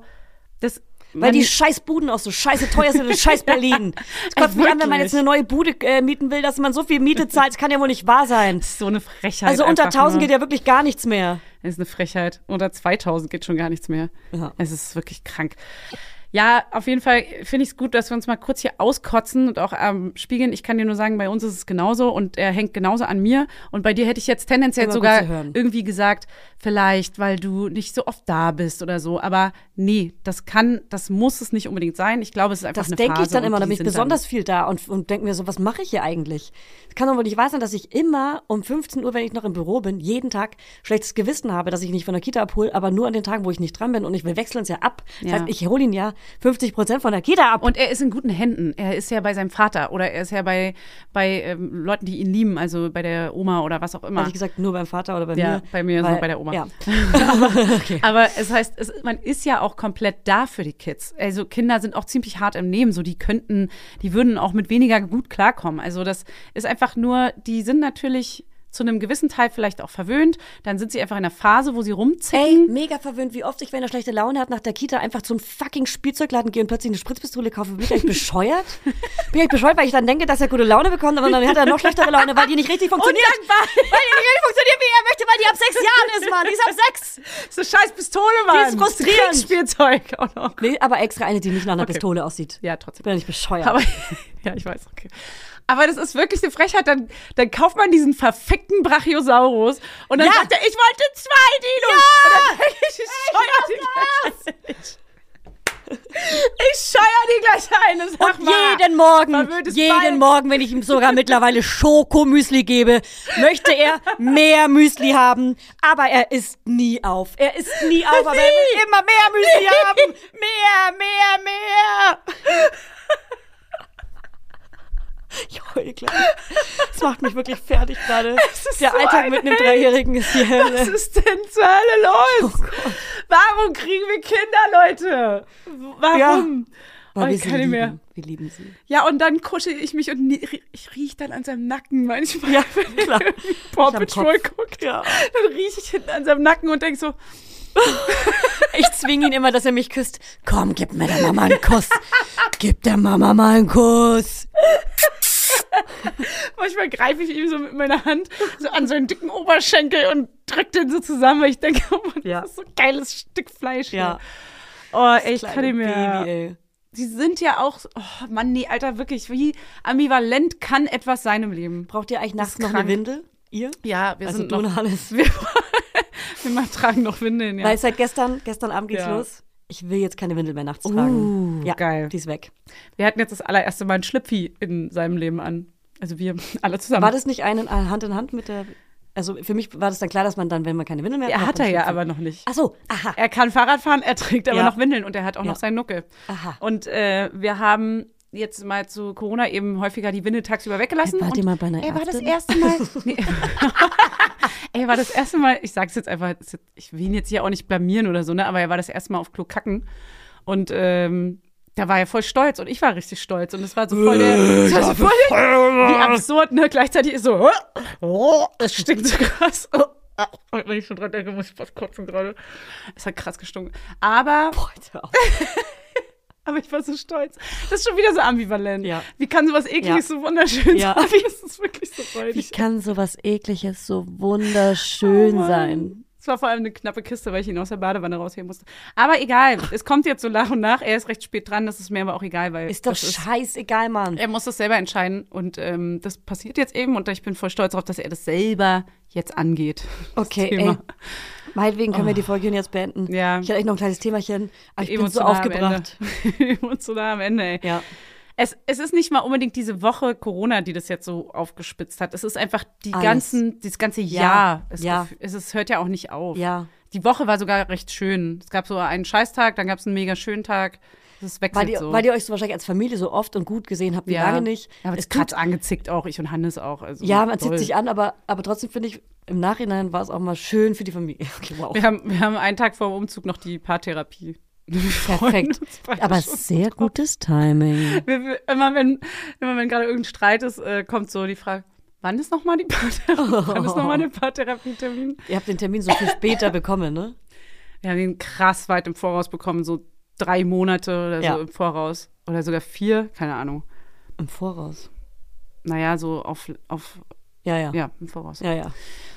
Speaker 2: das,
Speaker 1: Weil die Scheißbuden auch so scheiße teuer sind in scheiß
Speaker 2: *laughs*
Speaker 1: Berlin. Es kotzt mich an, wenn man
Speaker 2: wirklich.
Speaker 1: jetzt eine neue Bude äh, mieten will, dass man so viel Miete zahlt. Das kann ja wohl nicht wahr sein.
Speaker 2: ist so eine Frechheit.
Speaker 1: Also unter
Speaker 2: einfach
Speaker 1: 1000
Speaker 2: nur.
Speaker 1: geht ja wirklich gar nichts mehr.
Speaker 2: ist eine Frechheit. Unter 2000 geht schon gar nichts mehr.
Speaker 1: Ja.
Speaker 2: Es ist wirklich krank. Ja, auf jeden Fall finde ich es gut, dass wir uns mal kurz hier auskotzen und auch ähm, spiegeln. Ich kann dir nur sagen, bei uns ist es genauso und er hängt genauso an mir. Und bei dir hätte ich jetzt tendenziell
Speaker 1: Immer gut
Speaker 2: sogar
Speaker 1: zu hören.
Speaker 2: irgendwie gesagt, vielleicht, weil du nicht so oft da bist oder so. Aber nee, das kann, das muss es nicht unbedingt sein. Ich glaube, es ist einfach
Speaker 1: Das
Speaker 2: eine
Speaker 1: denke ich
Speaker 2: Phase
Speaker 1: dann
Speaker 2: und
Speaker 1: immer, da
Speaker 2: die
Speaker 1: bin ich
Speaker 2: sind
Speaker 1: besonders viel da und, und denke mir so, was mache ich hier eigentlich? Es kann doch wohl nicht wahr sein, dass ich immer um 15 Uhr, wenn ich noch im Büro bin, jeden Tag schlechtes Gewissen habe, dass ich ihn nicht von der Kita abhole, aber nur an den Tagen, wo ich nicht dran bin und ich, wir wechseln es ja ab. Das
Speaker 2: Ja.
Speaker 1: heißt, ich hole ihn ja 50 Prozent von der Kita ab.
Speaker 2: Und er ist in guten Händen. Er ist ja bei seinem Vater oder er ist ja bei, bei ähm, Leuten, die ihn lieben, also bei der Oma oder was auch immer.
Speaker 1: Ehrlich gesagt, nur beim Vater oder bei
Speaker 2: Ja,
Speaker 1: mir.
Speaker 2: bei mir ist
Speaker 1: weil-
Speaker 2: noch bei der Oma. *laughs*
Speaker 1: Ja.
Speaker 2: Aber es heißt, es, man ist ja auch komplett da für die Kids. Also Kinder sind auch ziemlich hart im Nehmen. So, die könnten, die würden auch mit weniger gut klarkommen. Also das ist einfach nur, die sind natürlich zu einem gewissen Teil vielleicht auch verwöhnt. Dann sind sie einfach in einer Phase, wo sie
Speaker 1: Ey,
Speaker 2: rumzicken.
Speaker 1: mega verwöhnt, wie oft ich, wenn er schlechte Laune hat, nach der Kita einfach zum fucking Spielzeugladen gehe und plötzlich eine Spritzpistole kaufe. Bin ich eigentlich
Speaker 2: *laughs*
Speaker 1: bescheuert? Bin ich eigentlich bescheuert, weil ich dann denke, dass er gute Laune bekommt, aber dann hat er noch schlechtere Laune, weil die nicht
Speaker 2: *laughs*
Speaker 1: richtig funktioniert.
Speaker 2: Undankbar.
Speaker 1: Weil die nicht richtig funktioniert, wie er möchte, weil die ab sechs Jahren ist, Mann. Die ist ab sechs.
Speaker 2: *laughs* So scheiß Pistole, Mann.
Speaker 1: Die ist frustrierend.
Speaker 2: Kriegsspielzeug auch noch.
Speaker 1: Nee, aber extra eine, die nicht nach einer Pistole aussieht.
Speaker 2: Ja, trotzdem. *laughs*
Speaker 1: Bin ja nicht bescheuert.
Speaker 2: Aber ja, ich weiß, okay. Aber das ist wirklich eine Frechheit. Dann, dann kauft man diesen verfickten Brachiosaurus und dann sagt er, ich wollte zwei Dinos. Und dann denke ich, ich scheuer die gleich ein. Ich scheuer die gleich ein. Das sag
Speaker 1: und
Speaker 2: mal. *laughs*
Speaker 1: jeden Morgen,
Speaker 2: Verwöhntes
Speaker 1: jeden
Speaker 2: Bein.
Speaker 1: Morgen, wenn ich ihm sogar mittlerweile Schokomüsli gebe, möchte er mehr Müsli haben. Aber er isst nie auf. Er isst nie auf, aber er will immer mehr Müsli haben. Mehr, mehr, mehr. *laughs* Ich heule gleich. Das macht mich wirklich fertig
Speaker 2: *laughs*
Speaker 1: gerade.
Speaker 2: ist
Speaker 1: Der
Speaker 2: so
Speaker 1: Alltag
Speaker 2: ein
Speaker 1: mit einem
Speaker 2: Hate.
Speaker 1: Dreijährigen ist die Hölle.
Speaker 2: Was ist denn zur Hölle
Speaker 1: Oh
Speaker 2: los? Warum kriegen wir Kinder, Leute? Warum?
Speaker 1: Aber
Speaker 2: Oh,
Speaker 1: wir
Speaker 2: ich
Speaker 1: sie
Speaker 2: kann nicht
Speaker 1: lieben.
Speaker 2: mehr.
Speaker 1: Wir lieben sie.
Speaker 2: Ja, und dann kuschel ich mich und nie- ich riech dann an seinem Nacken manchmal.
Speaker 1: Ja,
Speaker 2: *laughs* wenn
Speaker 1: klar.
Speaker 2: er irgendwie Paw
Speaker 1: Ich am
Speaker 2: Patrol
Speaker 1: Kopf.
Speaker 2: guckt.
Speaker 1: Ja.
Speaker 2: Dann riech ich hinten an seinem Nacken und denk so,
Speaker 1: Ich zwinge ihn immer, dass er mich küsst. Komm, gib mir der Mama einen Kuss. Gib der Mama mal einen Kuss.
Speaker 2: Manchmal greife ich ihm so mit meiner Hand so an seinen dicken Oberschenkel und drücke den so zusammen, weil ich denke, oh Mann,
Speaker 1: Ja.
Speaker 2: das ist so ein geiles Stück Fleisch. hier.
Speaker 1: Ja.
Speaker 2: Oh, ey, ich kann
Speaker 1: Kleine
Speaker 2: nicht mehr.
Speaker 1: Baby, ey.
Speaker 2: Sie sind ja auch, so- oh Mann, nee, Alter, wirklich, wie ambivalent kann etwas sein im Leben.
Speaker 1: Braucht ihr eigentlich nachts noch
Speaker 2: krank.
Speaker 1: eine Windel? Ihr?
Speaker 2: Ja, wir
Speaker 1: also
Speaker 2: sind
Speaker 1: du
Speaker 2: *laughs* noch,
Speaker 1: und Hannes.
Speaker 2: wir, wir mal tragen noch Windeln, ja.
Speaker 1: Weil seit gestern, gestern Abend geht's
Speaker 2: Ja. Uh,
Speaker 1: los. Ich will jetzt keine Windel mehr nachts tragen. ja,
Speaker 2: geil.
Speaker 1: Die ist weg.
Speaker 2: wir hatten jetzt das allererste Mal ein Schlüppi in seinem Leben an. Also wir *laughs* alle zusammen.
Speaker 1: War das nicht einen Hand in Hand mit der. Also für mich war das dann klar, dass man dann, wenn man keine Windel mehr
Speaker 2: er hat
Speaker 1: dann
Speaker 2: er ja
Speaker 1: schlüpft.
Speaker 2: aber noch nicht.
Speaker 1: Ach so, aha.
Speaker 2: Er kann Fahrrad fahren, er trägt aber
Speaker 1: Ja.
Speaker 2: noch Windeln und er hat auch
Speaker 1: Ja.
Speaker 2: noch seinen Nuckel.
Speaker 1: Aha.
Speaker 2: Und äh, wir haben jetzt mal zu Corona eben häufiger die Windel tagsüber weggelassen.
Speaker 1: Ey, wart
Speaker 2: und
Speaker 1: ihr mal bei einer
Speaker 2: Er war das
Speaker 1: Ärztin?
Speaker 2: erste Mal. *laughs* Nee. er war das erste Mal, ich sag's jetzt einfach, es ist jetzt- ich will ihn jetzt hier auch nicht blamieren oder so, ne? Aber er war das erste Mal auf Klo kacken. Und ähm, da war er voll stolz und ich war richtig stolz. Und es war so voll der. es war so voll der wie absurd, ne? Gleichzeitig ist so, *laughs* oh, oh, es stinkt so krass. *laughs* Oh, ah. Und wenn ich schon dran denke, muss ich fast kotzen gerade. Es hat krass gestunken. Aber
Speaker 1: *laughs* Boah, jetzt hör auf.
Speaker 2: aber ich war so stolz. Das ist schon wieder so ambivalent.
Speaker 1: Ja.
Speaker 2: Wie kann sowas ekliges so wunderschön
Speaker 1: Ja.
Speaker 2: sein? Das ist wirklich so
Speaker 1: Wie
Speaker 2: freudig.
Speaker 1: kann sowas Ekliges so wunderschön
Speaker 2: Oh Mann.
Speaker 1: sein?
Speaker 2: Es war vor allem eine knappe Kiste, weil ich ihn aus der Badewanne rausheben musste. Aber egal, es kommt jetzt so nach und nach. Er ist recht spät dran, das ist mir aber auch egal, weil
Speaker 1: Ist doch
Speaker 2: das
Speaker 1: scheißegal, Mann.
Speaker 2: er muss das selber entscheiden und ähm, das passiert jetzt eben und ich bin voll stolz darauf, dass er das selber jetzt angeht. das
Speaker 1: Okay, ey.
Speaker 2: Thema.
Speaker 1: Meinetwegen können wir die Folge jetzt beenden.
Speaker 2: Ja.
Speaker 1: Ich hatte echt noch ein kleines Themachen, aber ich bin so
Speaker 2: Emotional am
Speaker 1: aufgebracht.
Speaker 2: Ende. *laughs* Emotional am Ende, ey.
Speaker 1: Ja.
Speaker 2: Es, es ist nicht mal unbedingt diese Woche Corona, die das jetzt so aufgespitzt hat. Es ist einfach die
Speaker 1: Alles.
Speaker 2: ganzen, dieses ganze
Speaker 1: Ja,
Speaker 2: Jahr. Es,
Speaker 1: ja.
Speaker 2: es, es hört ja auch nicht auf.
Speaker 1: Ja.
Speaker 2: Die Woche war sogar recht schön. Es gab so einen Scheißtag, dann gab es einen mega schönen Tag. Es wechselt
Speaker 1: Weil ihr,
Speaker 2: halt so.
Speaker 1: weil ihr euch so wahrscheinlich als Familie so oft und gut gesehen habt, wie
Speaker 2: ja.
Speaker 1: lange nicht.
Speaker 2: Aber es
Speaker 1: tut-
Speaker 2: hat angezickt auch, ich und Hannes auch. Also
Speaker 1: ja, man
Speaker 2: doll.
Speaker 1: zieht sich an, aber, aber trotzdem finde ich, im Nachhinein war es auch mal schön für die Familie. *laughs* Okay, wow.
Speaker 2: *laughs* Wir haben, wir haben einen Tag vor dem Umzug noch die Paartherapie. *laughs* Wir freuen
Speaker 1: Perfekt.
Speaker 2: uns beide
Speaker 1: Aber
Speaker 2: schon.
Speaker 1: sehr gutes Timing.
Speaker 2: Wir, wir, immer wenn, immer wenn gerade irgendein Streit ist, äh, kommt so die Frage, wann ist nochmal die
Speaker 1: *laughs*
Speaker 2: Paartherapie? Wann ist nochmal der Paartherapietermin?
Speaker 1: Ihr habt den Termin *laughs* so viel später bekommen, ne?
Speaker 2: Wir haben ihn krass weit im Voraus bekommen, so drei Monate oder
Speaker 1: Ja.
Speaker 2: so im Voraus. Oder sogar vier, keine Ahnung.
Speaker 1: Im Voraus.
Speaker 2: Naja, so auf, auf
Speaker 1: Ja, ja.
Speaker 2: ja, im Voraus.
Speaker 1: ja, ja.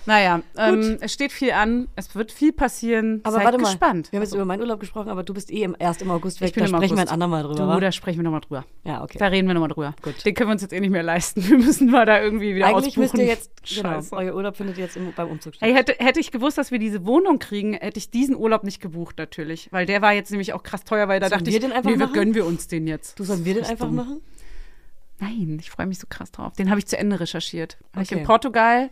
Speaker 2: Naja, ähm, es steht viel an, es wird viel passieren.
Speaker 1: Aber
Speaker 2: Seid
Speaker 1: warte mal.
Speaker 2: gespannt. Also,
Speaker 1: Wir haben jetzt über meinen Urlaub gesprochen, aber du bist eh im, erst im August weg.
Speaker 2: Ich bin
Speaker 1: da
Speaker 2: im
Speaker 1: sprechen wir ein
Speaker 2: August.
Speaker 1: andermal drüber.
Speaker 2: du,
Speaker 1: wa?
Speaker 2: da sprechen wir nochmal drüber.
Speaker 1: ja,
Speaker 2: Da
Speaker 1: okay.
Speaker 2: reden wir nochmal drüber. Gut. Den können wir uns jetzt eh nicht mehr leisten. Wir müssen mal da irgendwie wieder
Speaker 1: Eigentlich
Speaker 2: ausbuchen.
Speaker 1: müsst ihr
Speaker 2: *laughs*
Speaker 1: jetzt, genau,
Speaker 2: Scheiße.
Speaker 1: euer Urlaub findet jetzt im, beim Umzug statt.
Speaker 2: Ey, hätte, hätte ich gewusst, dass wir diese Wohnung kriegen, hätte ich diesen Urlaub nicht gebucht natürlich. Weil der war jetzt nämlich auch krass teuer, weil da
Speaker 1: Sollen
Speaker 2: dachte
Speaker 1: wir
Speaker 2: ich,
Speaker 1: den einfach
Speaker 2: nee, wir
Speaker 1: machen?
Speaker 2: gönnen wir uns den jetzt.
Speaker 1: du, sollen wir den
Speaker 2: Ist
Speaker 1: einfach
Speaker 2: dumm.
Speaker 1: machen?
Speaker 2: Nein, ich freue mich so krass drauf. Den habe ich zu Ende recherchiert. Habe Ich
Speaker 1: Okay.
Speaker 2: in Portugal.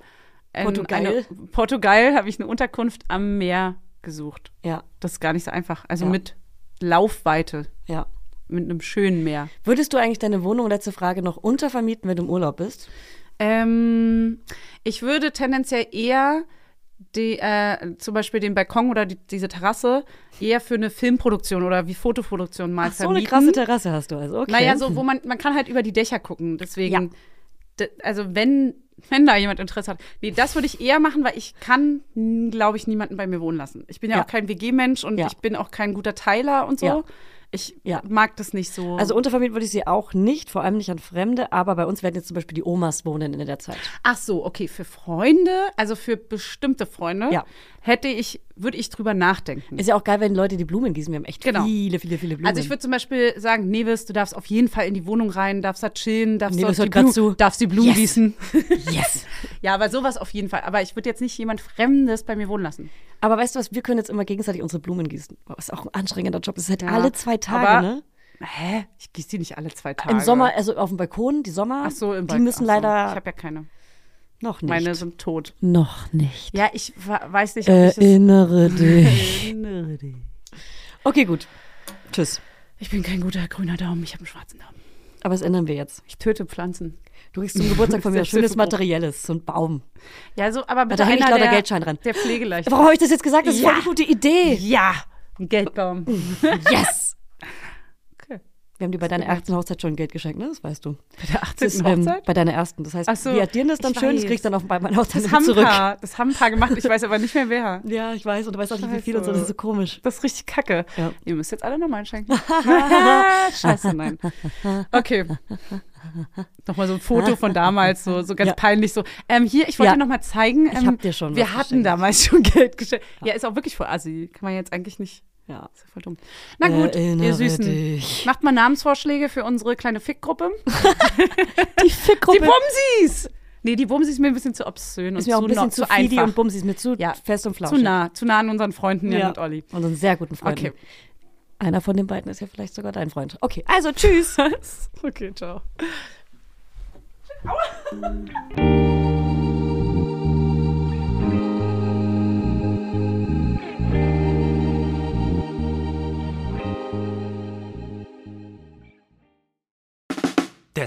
Speaker 2: ein-
Speaker 1: Portugal?
Speaker 2: Eine, Portugal habe ich eine Unterkunft am Meer gesucht.
Speaker 1: Ja,
Speaker 2: Das ist gar nicht so einfach. Also
Speaker 1: Ja.
Speaker 2: mit Laufweite,
Speaker 1: ja.
Speaker 2: mit einem schönen Meer.
Speaker 1: Würdest du eigentlich deine Wohnung, letzte Frage, noch untervermieten, wenn du im Urlaub bist?
Speaker 2: Ähm, ich würde tendenziell eher die, äh, zum Beispiel den Balkon oder die, diese Terrasse eher für eine Filmproduktion oder wie Fotoproduktion mal
Speaker 1: Ach, so eine
Speaker 2: vermieten.
Speaker 1: krasse Terrasse hast du also, okay.
Speaker 2: Naja,
Speaker 1: *laughs*
Speaker 2: so wo man, man kann halt über die Dächer gucken. Deswegen,
Speaker 1: Ja.
Speaker 2: d- also wenn, wenn da jemand Interesse hat. Nee, das würde ich eher machen, weil ich kann, glaube ich, niemanden bei mir wohnen lassen. Ich bin ja,
Speaker 1: Ja.
Speaker 2: auch kein WG-Mensch und
Speaker 1: Ja.
Speaker 2: ich bin auch kein guter Teiler und so.
Speaker 1: Ja.
Speaker 2: Ich
Speaker 1: Ja.
Speaker 2: mag das nicht so.
Speaker 1: Also untervermieten würde ich sie auch nicht, vor allem nicht an Fremde, aber bei uns werden jetzt zum Beispiel die Omas wohnen in der Zeit.
Speaker 2: Ach so, okay, für Freunde, also für bestimmte Freunde,
Speaker 1: Ja.
Speaker 2: hätte ich, würde ich drüber nachdenken.
Speaker 1: Ist ja auch geil, wenn Leute die Blumen gießen. Wir haben echt
Speaker 2: Genau.
Speaker 1: viele, viele, viele Blumen.
Speaker 2: also ich würde zum Beispiel sagen, Nevis, du darfst auf jeden Fall in die Wohnung rein, darfst da chillen, darfst,
Speaker 1: Nevis
Speaker 2: dort
Speaker 1: hört
Speaker 2: die
Speaker 1: grad
Speaker 2: Blumen,
Speaker 1: zu.
Speaker 2: darfst die Blumen
Speaker 1: Yes.
Speaker 2: gießen.
Speaker 1: yes.
Speaker 2: Ja, aber sowas auf jeden Fall. Aber ich würde jetzt nicht jemand Fremdes bei mir wohnen lassen.
Speaker 1: Aber weißt du was, wir können jetzt immer gegenseitig unsere Blumen gießen. Boah, ist auch ein anstrengender Job. Das ist halt
Speaker 2: Ja.
Speaker 1: alle zwei Tage,
Speaker 2: Aber
Speaker 1: ne?
Speaker 2: Hä? Ich gieße die nicht alle zwei Tage.
Speaker 1: Im Sommer, also auf dem Balkon, die Sommer,
Speaker 2: Ach so, im
Speaker 1: die müssen
Speaker 2: Balkon. Ach so. Ich
Speaker 1: leider
Speaker 2: habe ja keine.
Speaker 1: noch nicht.
Speaker 2: Meine sind tot. Äh,
Speaker 1: noch nicht.
Speaker 2: Ja, ich wa- weiß nicht, ob ich *laughs*
Speaker 1: Erinnere dich.
Speaker 2: das. Erinnere dich.
Speaker 1: Okay, gut. Tschüss.
Speaker 2: Ich bin kein guter grüner Daumen, ich habe einen schwarzen Daumen.
Speaker 1: Aber das ändern wir jetzt.
Speaker 2: Ich töte Pflanzen.
Speaker 1: Du kriegst
Speaker 2: *laughs*
Speaker 1: zum Geburtstag von mir
Speaker 2: Der
Speaker 1: schönes
Speaker 2: Zipfelbruch.
Speaker 1: Materielles, so ein Baum.
Speaker 2: Ja, so, aber bitte
Speaker 1: da häng ich
Speaker 2: einer,
Speaker 1: lauter
Speaker 2: der,
Speaker 1: Geldschein rein.
Speaker 2: Der pflegeleicht.
Speaker 1: Warum habe ich das jetzt gesagt? Das ist
Speaker 2: Ja.
Speaker 1: voll eine gute
Speaker 2: *laughs*
Speaker 1: Idee.
Speaker 2: Ja, ein Geldbaum.
Speaker 1: Yes!
Speaker 2: Okay.
Speaker 1: Wir haben dir bei deiner ersten Hochzeit schon Geld geschenkt, ne? Das weißt du.
Speaker 2: Bei der
Speaker 1: Das
Speaker 2: 18.
Speaker 1: ist, ähm,
Speaker 2: Hochzeit?
Speaker 1: bei deiner ersten. Das heißt,
Speaker 2: Ach so,
Speaker 1: wir addieren das dann
Speaker 2: ich
Speaker 1: schön, das
Speaker 2: weiß.
Speaker 1: kriegst du dann auf bei meiner Hochzeit
Speaker 2: das
Speaker 1: mit
Speaker 2: haben ein
Speaker 1: zurück.
Speaker 2: paar, das haben ein paar gemacht, ich weiß aber nicht mehr wer.
Speaker 1: Ja, ich weiß, und du weißt auch nicht, wie viel und so, das ist so komisch.
Speaker 2: Das ist richtig kacke.
Speaker 1: Ja.
Speaker 2: Ihr müsst jetzt alle
Speaker 1: *laughs*
Speaker 2: nochmal einschenken. Scheiße, nein. Okay. Nochmal so ein Foto von damals, so, so ganz
Speaker 1: Ja.
Speaker 2: peinlich. So, ähm, hier, ich wollte
Speaker 1: Ja.
Speaker 2: dir nochmal zeigen. Ähm,
Speaker 1: Ich hab dir schon
Speaker 2: Wir
Speaker 1: was
Speaker 2: hatten
Speaker 1: geschenkt.
Speaker 2: damals schon Geld geschenkt. Ja, ist auch wirklich voll assi. Kann man jetzt eigentlich nicht.
Speaker 1: Ja.
Speaker 2: Ist ja voll dumm. Na gut,
Speaker 1: Erinnere
Speaker 2: ihr Süßen.
Speaker 1: dich.
Speaker 2: Macht mal Namensvorschläge für unsere kleine Fickgruppe.
Speaker 1: Die
Speaker 2: Die
Speaker 1: Fickgruppe
Speaker 2: Bumsis! Nee, die Bumsis ist mir ein bisschen zu obszön und
Speaker 1: ist mir auch ein
Speaker 2: zu,
Speaker 1: bisschen
Speaker 2: no-
Speaker 1: zu
Speaker 2: zu
Speaker 1: fidi
Speaker 2: einfach.
Speaker 1: und bumsi, ist mir zu
Speaker 2: Ja.
Speaker 1: fest und flauschig.
Speaker 2: zu nah, zu nah an unseren Freunden Jan und Olli.
Speaker 1: Unseren sehr guten Freunden.
Speaker 2: Okay.
Speaker 1: Einer von den beiden ist ja vielleicht sogar dein Freund. Okay, also *laughs* tschüss.
Speaker 2: Okay, ciao.
Speaker 6: Der